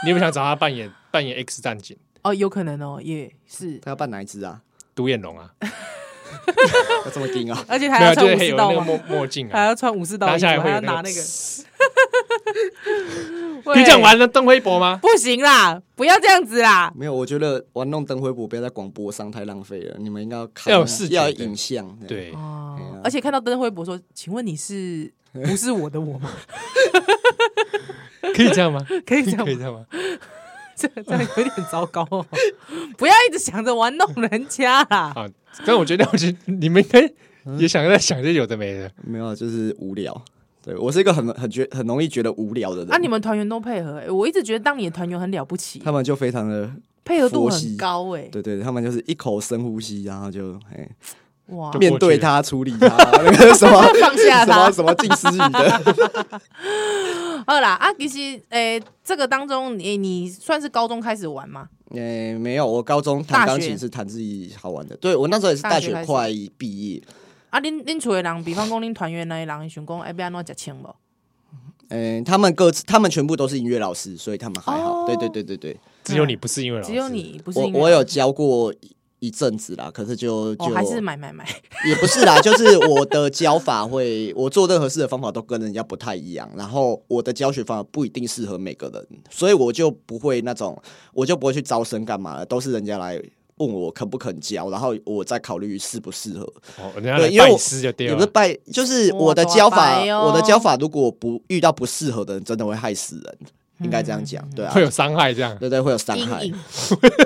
B: 你有没有想找他扮演 (laughs) 扮演 X 战警
A: 哦，有可能哦，也是，
C: 他要扮哪一只啊？
B: 独眼龙啊？
C: 要这么硬啊？ (laughs)
A: 而且
B: 没
A: 还
B: 有，
A: 要
B: 就
A: 穿武
B: 是
A: 士
B: 有那
A: 刀
B: 个
A: 嘛，
B: 墨墨镜
A: 还
B: 啊，
A: 要穿武士刀的
B: 拿
A: 衣服，
B: 下来
A: 还
B: 会有
A: 要拿那个。
B: (laughs) 你讲完了登辉博吗？
A: 不行啦，不要这样子啦，
C: 没有，我觉得玩弄灯辉博不要在广播上太浪费了，你们应该要看
B: 要有视觉
C: 要
B: 的
C: 有影像。，
B: 对，
A: 哦
C: 啊
A: 而且看到登辉博说：“请问你是不是我的我吗
B: 可以这样吗？？”
A: 可 (laughs) 以这样
B: 可以
A: 吗？
B: 这样吗？
A: 这这样有点糟糕哦， (laughs) 不要一直想着玩弄人家啦。
B: 啊，但我觉得，我觉得你们应该也想在想些有的没的。
C: 没有，啊就是无聊。对我是一个很很觉很容易觉得无聊的人。
A: 啊，你们团员都配合欸，我一直觉得当你的团员很了不起
C: 他，们就非常的
A: 配合度
C: 佛系
A: 很高哎，
C: 对对，他们就是一口深呼吸，然后就哎、
A: 哇
B: 就过去了
C: 面对他，处理他，那个什么
A: (laughs) 放下
C: 什
A: 他
C: 么什么近思语的，
A: 好啦，啊，其实诶、这个当中，你你算是高中开始玩吗？
C: 哎、没有，我高中
A: 大学
C: 弹钢琴是弹自己好玩的，对我那时候也是大
A: 大学开
C: 学
A: 始
C: 快毕业，
A: 啊，恁恁厝的人，比方讲恁团员那些人，想讲要不要怎食青无？
C: 嗯、他们各自他们全部都是音乐老师，所以他们还好，
A: 哦
C: 对对对对对，
B: 啊只有你不是因为老师
A: 只有你不是
C: 我
A: 因为
C: 我有教过一阵子啦，可是就就、
A: 我哦还是买买买，
C: 也不是啦，就是我的教法会，我做任何事的方法都跟人家不太一样，然后我的教学方法不一定适合每个人，所以我就不会那种，我就不会去招生干嘛的，都是人家来问我肯不肯教，然后我再考虑适不适合。
B: 哦，人家来
C: 对，因为
B: 拜
C: 我
B: 师就
C: 也
B: 对
C: 不是
B: 了。
C: 拜，就是
A: 我
C: 我的
A: 大
C: 教法，
A: 白哦
C: 我的教法如果不遇到不适合的人，真的会害死人，应该这样讲，对
B: (laughs)
C: 啊
B: 会，有伤害这样，
C: 对对，会有伤害
A: 嗯阴。影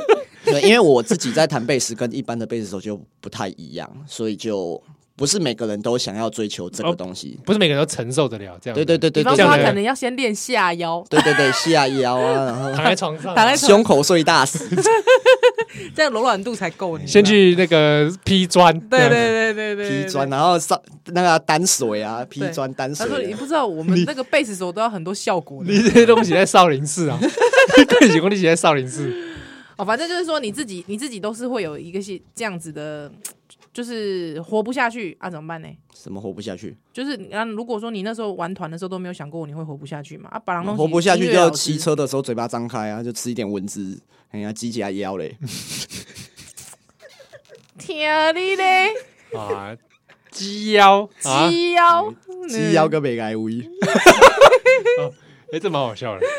C: (laughs) 对，因为我自己在弹贝斯跟一般的贝斯手就不太一样，所以就不是每个人都想要追求这个东西。
B: 不是每个人都承受得哦了这样。
C: 对对，对
A: 比
C: 对对
A: 方说他
B: 这样
A: 可
B: 的
A: 能要先练下腰，
C: 对对对，下腰啊，然后
B: 躺在床上，
A: 躺在
C: 胸口碎
A: (laughs)
C: 大石，
A: 这样柔软度才够你。
B: 先去那个劈砖。
A: 对对
B: 这样子，
A: 对对对对，
C: 劈砖，然后上那个单水啊，劈
A: 对
C: 砖单
A: 他说：“你
C: 水啊。
A: 不知道，我们那个贝斯手都要很多效果的
B: 你这些东西在少林寺
A: (laughs)
B: 啊，贵几公里在少林寺，
A: 哦。反正就是说，你自己你自己都是会有一个些这样子的，就是活不下去啊，怎么办呢？
C: 什么活不下去？
A: 就是你啊，如果说你那时候玩团的时候都没有想过你会活不下去嘛，啊，把人
C: 活不下去就要骑，车的时候嘴巴张开啊，就吃一点蚊子，哎呀，鸡夹腰嘞。
A: 听你嘞，
B: 啊，鸡腰啊，
A: 鸡腰，
C: 鸡腰跟北改无一，
B: 哎，这蛮好笑的。
A: (laughs) 嗯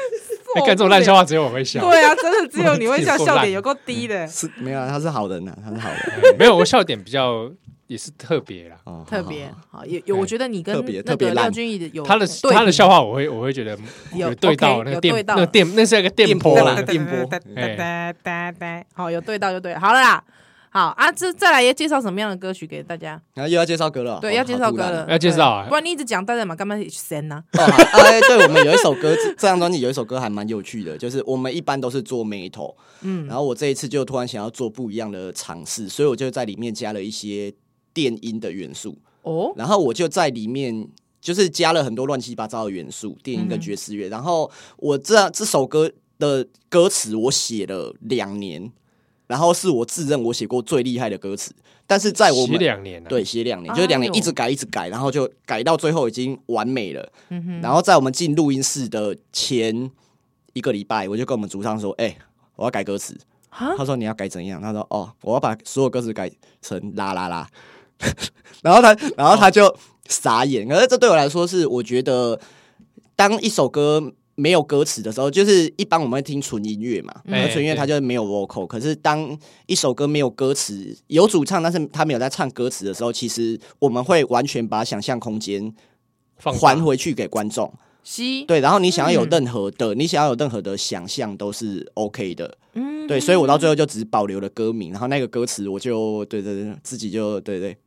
B: 哎，干这种烂笑，话只有我会笑。
A: 对啊，真的只
C: (laughs)
A: 有你会笑，
B: 自己做
A: 笑
B: 烂
A: 点有够低的，
C: 是没有啊，他是好人呐、啊，他是好人，
B: 对，没有，我笑点比较也是特别啦。
C: 哦
A: 特别好，有有，
B: 哎
A: 我觉得你跟
C: 特别
A: 那
C: 特别
A: 个廖
C: 烂
A: 俊逸的有
B: 他的
A: 对
B: 他的
A: 比
B: 笑话，我会我会觉得
A: 有
B: 对到
A: OK，
B: 那
A: 有
B: 个
A: 对
B: 电
A: 到
B: 那个电那是一个电波
C: 电波
B: 啦
C: 啦。电波
A: 哒哒
C: 哎
A: 哒哒哒，好，有对到就对了，好了啦。好啊，这再来要介绍什么样的歌曲给大家？
C: 然后又要介绍歌了，
A: 对，
C: 好
A: 要介绍歌。
C: 好突然
A: 了，
C: 哦
B: 要介绍啊
A: 对不然你一直讲大家嘛，干嘛啊神呢？
C: 好哎，对我们有一首歌，这这张专辑有一首歌还蛮有趣的，就是我们一般都是做 metal，嗯，然后我这一次就突然想要做不一样的尝试，所以我就在里面加了一些电音的元素，
A: 哦，
C: 然后我就在里面就是加了很多乱七八糟的元素，电影跟爵士乐。然后我这这首歌的歌词我写了两年，然后是我自认我写过最厉害的歌词，但是在我
B: 洗
C: 们。
B: 两年了，
C: 对，写两年，
A: 哎呦
C: 就是两年一直改，一直改，然后就改到最后已经完美了。然后在我们进录音室的前一个礼拜，我就跟我们主唱说：“哎、我要改歌词。”
A: 啊
C: 他说：“你要改怎样？”他说：“哦，我要把所有歌词改成啦啦啦。” (laughs) 然后他，然后他就傻眼。可是这对我来说是，我觉得当一首歌。没有歌词的时候，就是一般我们会听纯音乐嘛，
B: 哎
C: 而纯音乐
B: 对
C: 它就是没有 vocal。可是当一首歌没有歌词，有主唱，但是他没有在唱歌词的时候，其实我们会完全把想象空间
B: 放大
C: 还回去给观众。
A: 西，
C: 对，然后你想
A: 嗯
C: 要有任何的，你想要有任何的想象都是 OK 的。
A: 嗯
C: 对，所以我到最后就只保留了歌名，然后那个歌词我就对对对，自己就对对。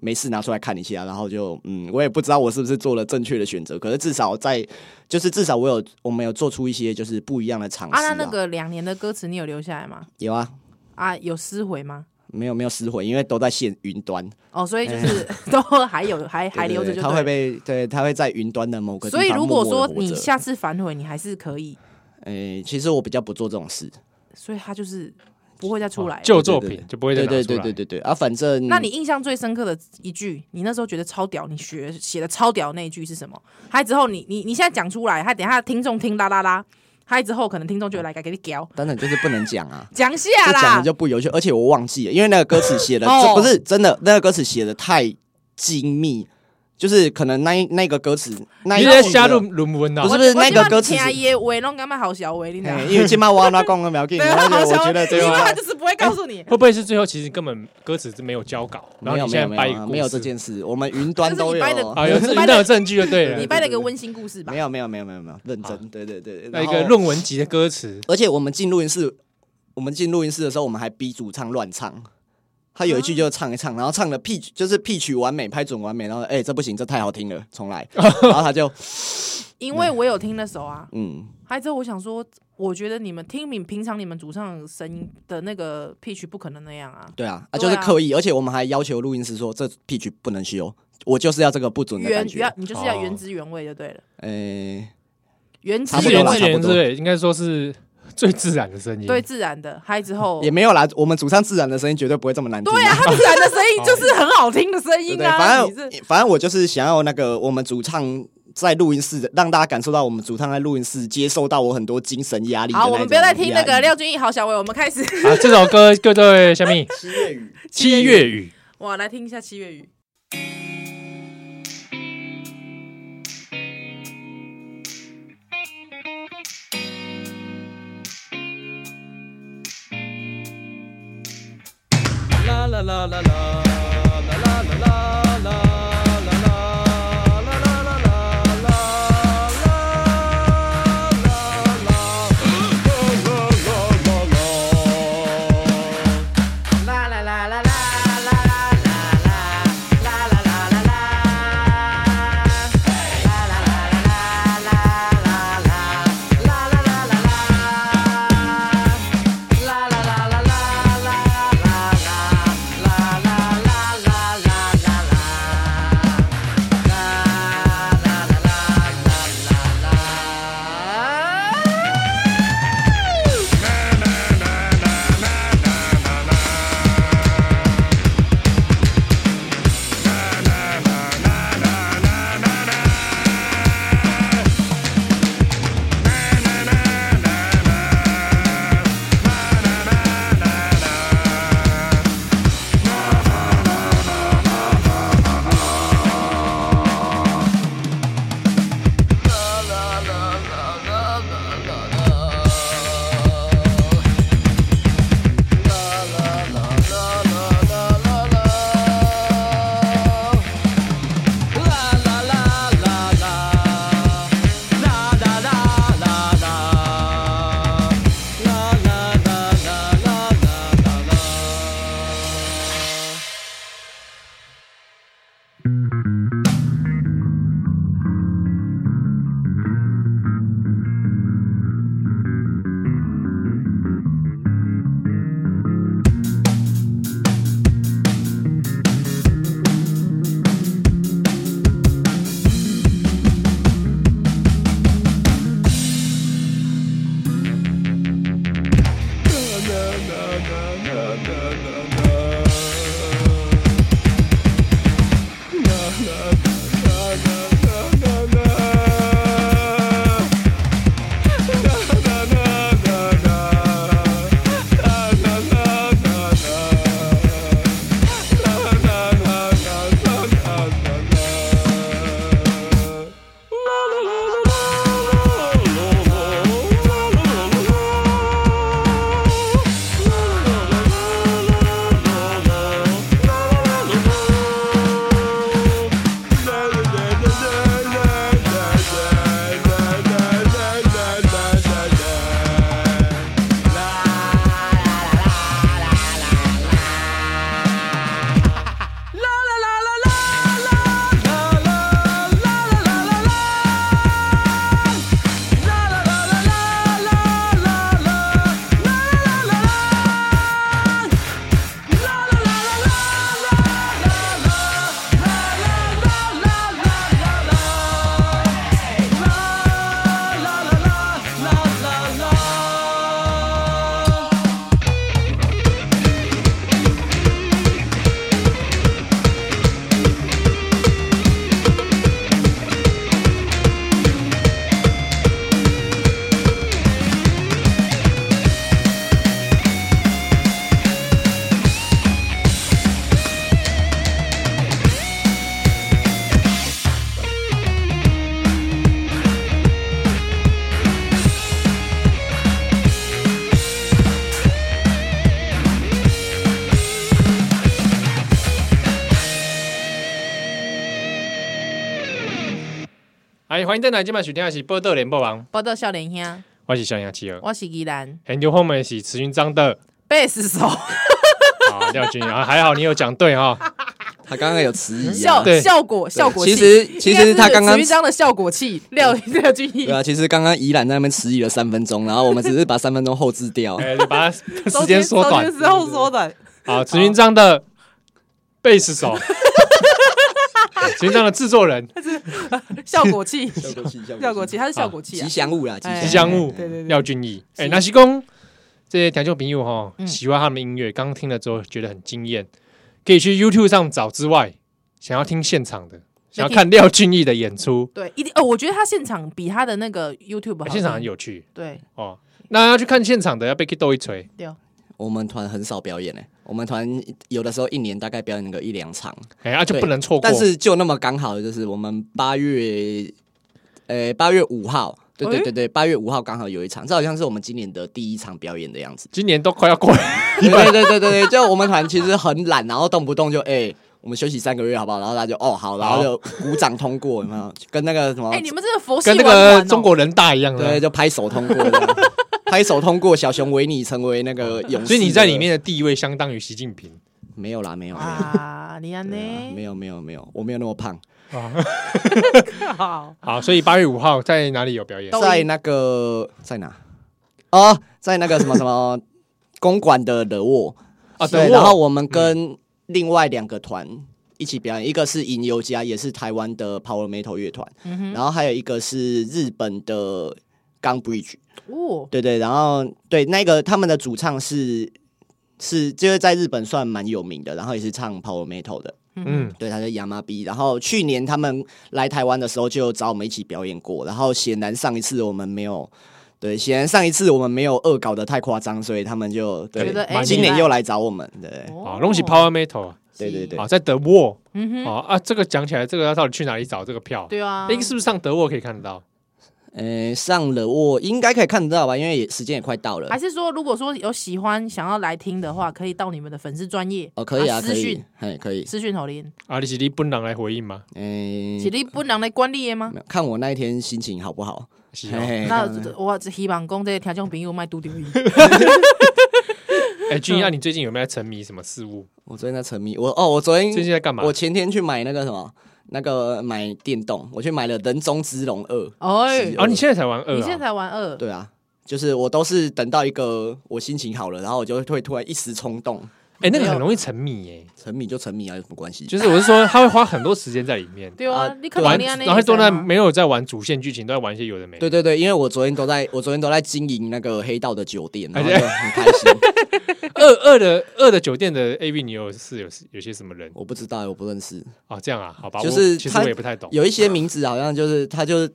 C: 没事，拿出来看一下，然后就嗯，我也不知道我是不是做了正确的选择，可是至少在，就是至少我有我们有做出一些就是不一样的尝试、
A: 啊，那那个两年的歌词你有留下来吗？
C: 有啊，
A: 啊，有撕毁吗？
C: 没有没有撕毁，因为都在线云端，
A: 哦，所以就是 (laughs) 都还有还还
C: 哎对对
A: 留着，
C: 对
A: 就
C: 它会
A: 对了。
C: 被对，它会在云端的某个地
A: 所以
C: 方
A: 如果
C: 默默
A: 说
C: 地活
A: 你
C: 着
A: 下次反悔，你还是可以，
C: 诶、其实我比较不做这种事，
A: 所以他就是不会再出来。
B: 旧
C: 对
B: 作
C: 对
B: 品就不会再
C: 对
B: 拿出
C: 对
B: 来。
C: 对对对对啊，反正
A: 那你印象最深刻的一句，你那时候觉得超屌，你学写的超屌的那一句是什么？还之后你你你现在讲出来，还等一下听众听啦啦啦，还之后可能听众就会来给你屌。
C: 当然就是不能讲啊
A: (laughs) 讲下
C: 这讲
A: 啦
C: 了，就不有趣，而且我忘记了，因为那个歌词写的，
A: 哦
C: 这不是真的，那个歌词写的太精密，就是可能那一那个歌词，那一
B: 你
C: 句
B: 在
C: 的
B: 加 (laughs) 入论文啊
C: 不？是不是那个歌词
A: 我今晚
C: 是
A: 听耶喂，弄干嘛好小喂，你知道吗
C: 嘿因为今麦我那讲了苗
A: (laughs)
C: 劲，
A: 对，啊
C: 然后
A: 好
C: 就我
A: 小
C: 觉得
A: 薇，
C: 对啊哎
A: 因为
C: 吧
A: 他？就是不会告诉你。
B: 会不会是最后其实根本歌词是没有交稿， (laughs) 然
C: 没
B: 后
C: 有
B: 你
C: 没
B: 现
C: 有
B: 在
C: 没
B: 掰一
C: 有
B: 个
C: 啊
B: 故
C: 没有
B: 事
C: 这件事，我们云
A: (laughs)
C: 端
A: 就是你
C: 都有
A: 掰的
C: 哦。
B: 啊？有
A: 你
B: 这
A: 掰
B: 那
A: 的
B: 有证据就对
A: 你
B: 了，
A: 掰了个温馨故事吧
C: 啊没？有没有没有没有没有认真，对对对，
B: 那一
C: 然
B: 个
C: 后
B: 论文集的歌词，
C: 而且我们进录音室，我们进录音室的时候，我们还逼主唱乱唱。他有一句就是唱一唱，然后唱的 P 就是 P 曲完美，拍准完美，然后哎、这不行，这太好听了，重来。然后他就
A: 因为我有听那首啊，
C: 嗯，
A: 还之后我想说，我觉得你们听你平常你们主唱声音的那个 pitch 不可能那样啊，
C: 对啊，
A: 对
C: 啊
A: 啊
C: 就是刻意，而且我们还要求录音师说这 P 曲不能修，我就是要这个不准的
A: 原
C: 感
A: 你
C: 觉
A: 要。你就是要
B: 哦
A: 原汁原味就对了，
C: 哎、
A: 原汁
C: 差不
B: 自
C: 多
B: 言
C: 啦
B: 自
C: 差
B: 言
C: 不多
B: 之类，应该说是最自然的声音。
A: 对，自然的，嗨之后
C: 也没有啦，我们主唱自然的声音绝对不会这么难听、
A: 哦对啊，他自然的声音就是很好听的声
C: 哦对
A: 音
C: 对，
A: 啊，
C: 反
A: 你是
C: 正反正我就是想要那个我们主唱在录音室的，让大家感受到我们主唱在录音室接受到我很多精神压力的那
A: 好，
C: 种压力。
A: 我们不要再听那个廖俊逸、郝小伟，我们开
C: (laughs)
A: 始。
F: 啊，这首歌各位下面
C: 七月雨。
F: 七月雨，
A: 哇，来听一下七月雨。
G: 啦啦啦啦啦啦啦啦啦啦啦啦啦啦啦啦
F: 哎，欢迎登来，今晚收听的是《波特联播王》，
A: 报道笑脸兄，
F: 我是小杨七儿，
A: 我是依兰，
F: 很久后面是慈云章的
A: 贝斯手，
F: 啊，廖俊啊，还好你有讲对哈，
C: 他刚刚有迟疑啊
A: 效，
F: 对
A: 效果效果器。
C: 其实其
A: 应该
C: 实
A: 是
C: 他刚刚
A: 徐章的效果器，廖廖俊逸
C: 对啊，其实刚刚宜兰在那边迟疑了三分钟，然后我们只是把三分钟后置掉。
F: 哎，就把它时间缩
A: 收
F: 短
A: 之后缩
C: (laughs)
A: 短，
F: 啊，慈云章的贝斯手，慈云章的制作人
A: 效果器，
C: 器，
A: 效果器，它是效果器啊
C: 吉。祥物啦，吉
A: 哎
F: 吉祥物
A: 对对对
F: 廖俊逸，哎，那是公这些调酒朋友哈，
A: 嗯
F: 喜欢他们的音乐，刚刚听了之后觉得很惊艳，可以去 YouTube 上找之外，想要听现场的，
B: 想要看廖俊逸的演出，
A: 对，一定哦，我觉得他现场比他的那个 YouTube 好嗯
B: 哎
A: 听
B: 现场很有趣
A: 对
B: 哦。那要去看现场的，要被斗一锤。
C: 啊
A: 对哦，
C: 我们团很少表演诶、我们团有的时候一年大概表演个一两场，
B: 哎，啊就
C: 对
B: 不能错过。。
C: 但是就那么刚好，就是我们八月，呃，八月五号，对对
A: 诶
C: 对对，八月五号刚好有一场，这好像是我们今年的第一场表演的样子
B: 今年都快要过了，
C: 对对对对对，就我们团其实很懒，然后动不动就哎、我们休息三个月好不好？然后大家就哦好，然后就鼓掌通过，有没有？跟那个什么，
A: 哎，你们这个佛系
B: 跟那
A: 玩团
B: 个
A: 哦
B: 中国人大一样
C: 对，
B: 的。
C: 就拍手通过
A: (laughs)
C: 这样，拍手通过，小熊维尼成为那个勇士。
B: 所以你在里面的地位相当于习近平。
C: 没有啦，没有没有。
A: 啊，你安呢
C: 对啊？没有没有没有，我没有那么胖，
A: 啊
B: 啊
A: 好，
B: 好，所以八月五号在哪里有表演？
A: 抖音
C: 在那个在哪？哦，在那个什么
A: (laughs)
C: 什么公馆的惹沃
B: 啊
C: 对，
B: 德沃
C: 然后我们跟另外两个团一起表演，一个是银游家，也是台湾的 Power Metal 乐团，然后还有一个是日本的 Gun Bridge，
A: 哦，
C: 对对，然后对那个他们的主唱是是就是在日本算蛮有名的，然后也是唱 Power Metal 的，
B: 嗯，
C: 对，他叫亚麻 B。然后去年他们来台湾的时候就找我们一起表演过，然后显然上一次我们没有。对，显然上一次我们没有恶搞的太夸张，所以他们就对
A: 觉得，哦哎
B: 蛮
C: 今
B: 厉
C: 年
A: 害
C: 又来找我们，对，
B: 好，恭喜 Power Metal 啊
C: 对对对
B: 啊，在德沃
A: 嗯哼，
B: 啊啊，这个讲起来，这个要到底去哪里找这个票？
A: 对啊
B: 哎，，是不是上德沃可以看得到？
C: 呃，上了我应该可以看得到吧，因为也时间也快到了
A: 还，是说如果说有喜欢想要来听的话，可以到你们的粉丝专业
C: 哦，可以啊，可
A: 私
C: 以
A: 讯，
C: 哎，可以，
A: 私讯好林，
B: 啊，你是你本人来回应吗？
C: 嗯
A: 是，你本人来管理的吗？
C: 没有看我那一天心情好不好？
B: 是哦
C: 嘿嘿
A: 那
C: 看
A: 我只希望讲这些听众朋友卖拄
C: (laughs)
A: 着伊，
B: 哎，君啊，你最近有没有在沉迷什么事物？
C: 我昨天在沉迷，我哦，我昨天
B: 最近在干嘛？
C: 我前天去买那个什么，那个买电动，我去买了《人中之龙二》。
A: 哎
C: 是，
B: 哦，你现在才玩二啊？
A: 你现在才玩二，
C: 对啊，就是我都是等到一个我心情好了，然后我就会突然一时冲动，
B: 哎，那个很容易沉迷耶。
C: 沉迷就沉迷啊，有什么关系？
B: 就是我是说，他会花很多时间在里面
A: 对啊
C: 啊，
A: 你看到
B: 玩，
A: 你安尼，
B: 然后都在没有在玩主线剧情，都在玩一些有的没的。
C: 对对对，因为我昨天都在，我昨天都在经营那个黑道的酒店，然后就
B: 而且
C: 很开心。
A: (laughs)
B: 二呃二的二的酒店的 A V，你有是有有些什么人
C: 我不知道，我不认识，
B: 啊？这样啊，好吧，
C: 就是
B: 我其实
C: 他
B: 我也不太懂。
C: 有一些名字好像就是他就是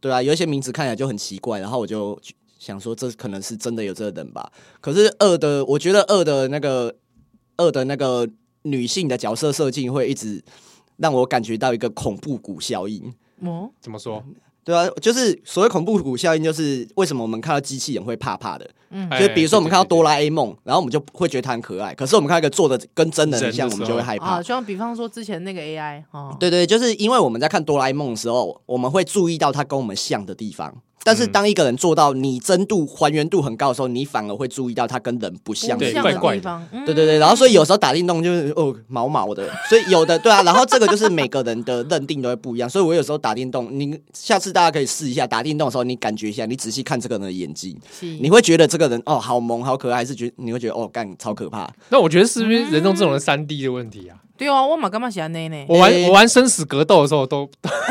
C: 对啊，有一些名字看起来就很奇怪，然后我就想说这可能是真的有这个人吧。可是二的，我觉得二的那个二的那个女性的角色设计会一直让我感觉到一个恐怖谷效应。
A: 哦，
B: 怎么说？
C: 对啊，就是所谓恐怖谷效应，就是为什么我们看到机器人会怕怕的，
B: 哎
C: 就比如说我们看到哆，啦 A 梦，然后我们就会觉得它很可爱，可是我们看到一个做的跟真人很像，
B: 人的时候
C: 我们就会害怕
A: 啊，。就像比方说之前那个 AI 哦，
C: 对对，就是因为我们在看哆啦 A 梦的时候，我们会注意到它跟我们像的地方。但
B: 嗯
C: 是当一个人做到拟真度、还原度很高的时候，你反而会注意到他跟人不
A: 不
C: 像的
B: 对
C: 地
A: 像
B: 怪
C: 方。
A: 的
B: 怪
A: 地
B: 的
A: 方，嗯
C: 对对对，然后所以有时候打电动就是哦毛毛的，所以有的对啊，然后这个就是每个人的认定都会不一样，所以我有时候打电动，你下次大家可以试一下打电动的时候，你感觉一下，你仔细看这个人的眼睛，
B: 嗯
A: 是
C: 你会觉得这个人哦好萌好可爱，还是觉得你会觉得哦干超可怕？
B: 那我觉得是不是人中这种人三 D 的问题啊？
A: 对啊，我嘛干嘛喜欢那呢？
B: 我玩
C: 嗯诶
B: 我玩生死格斗的时候都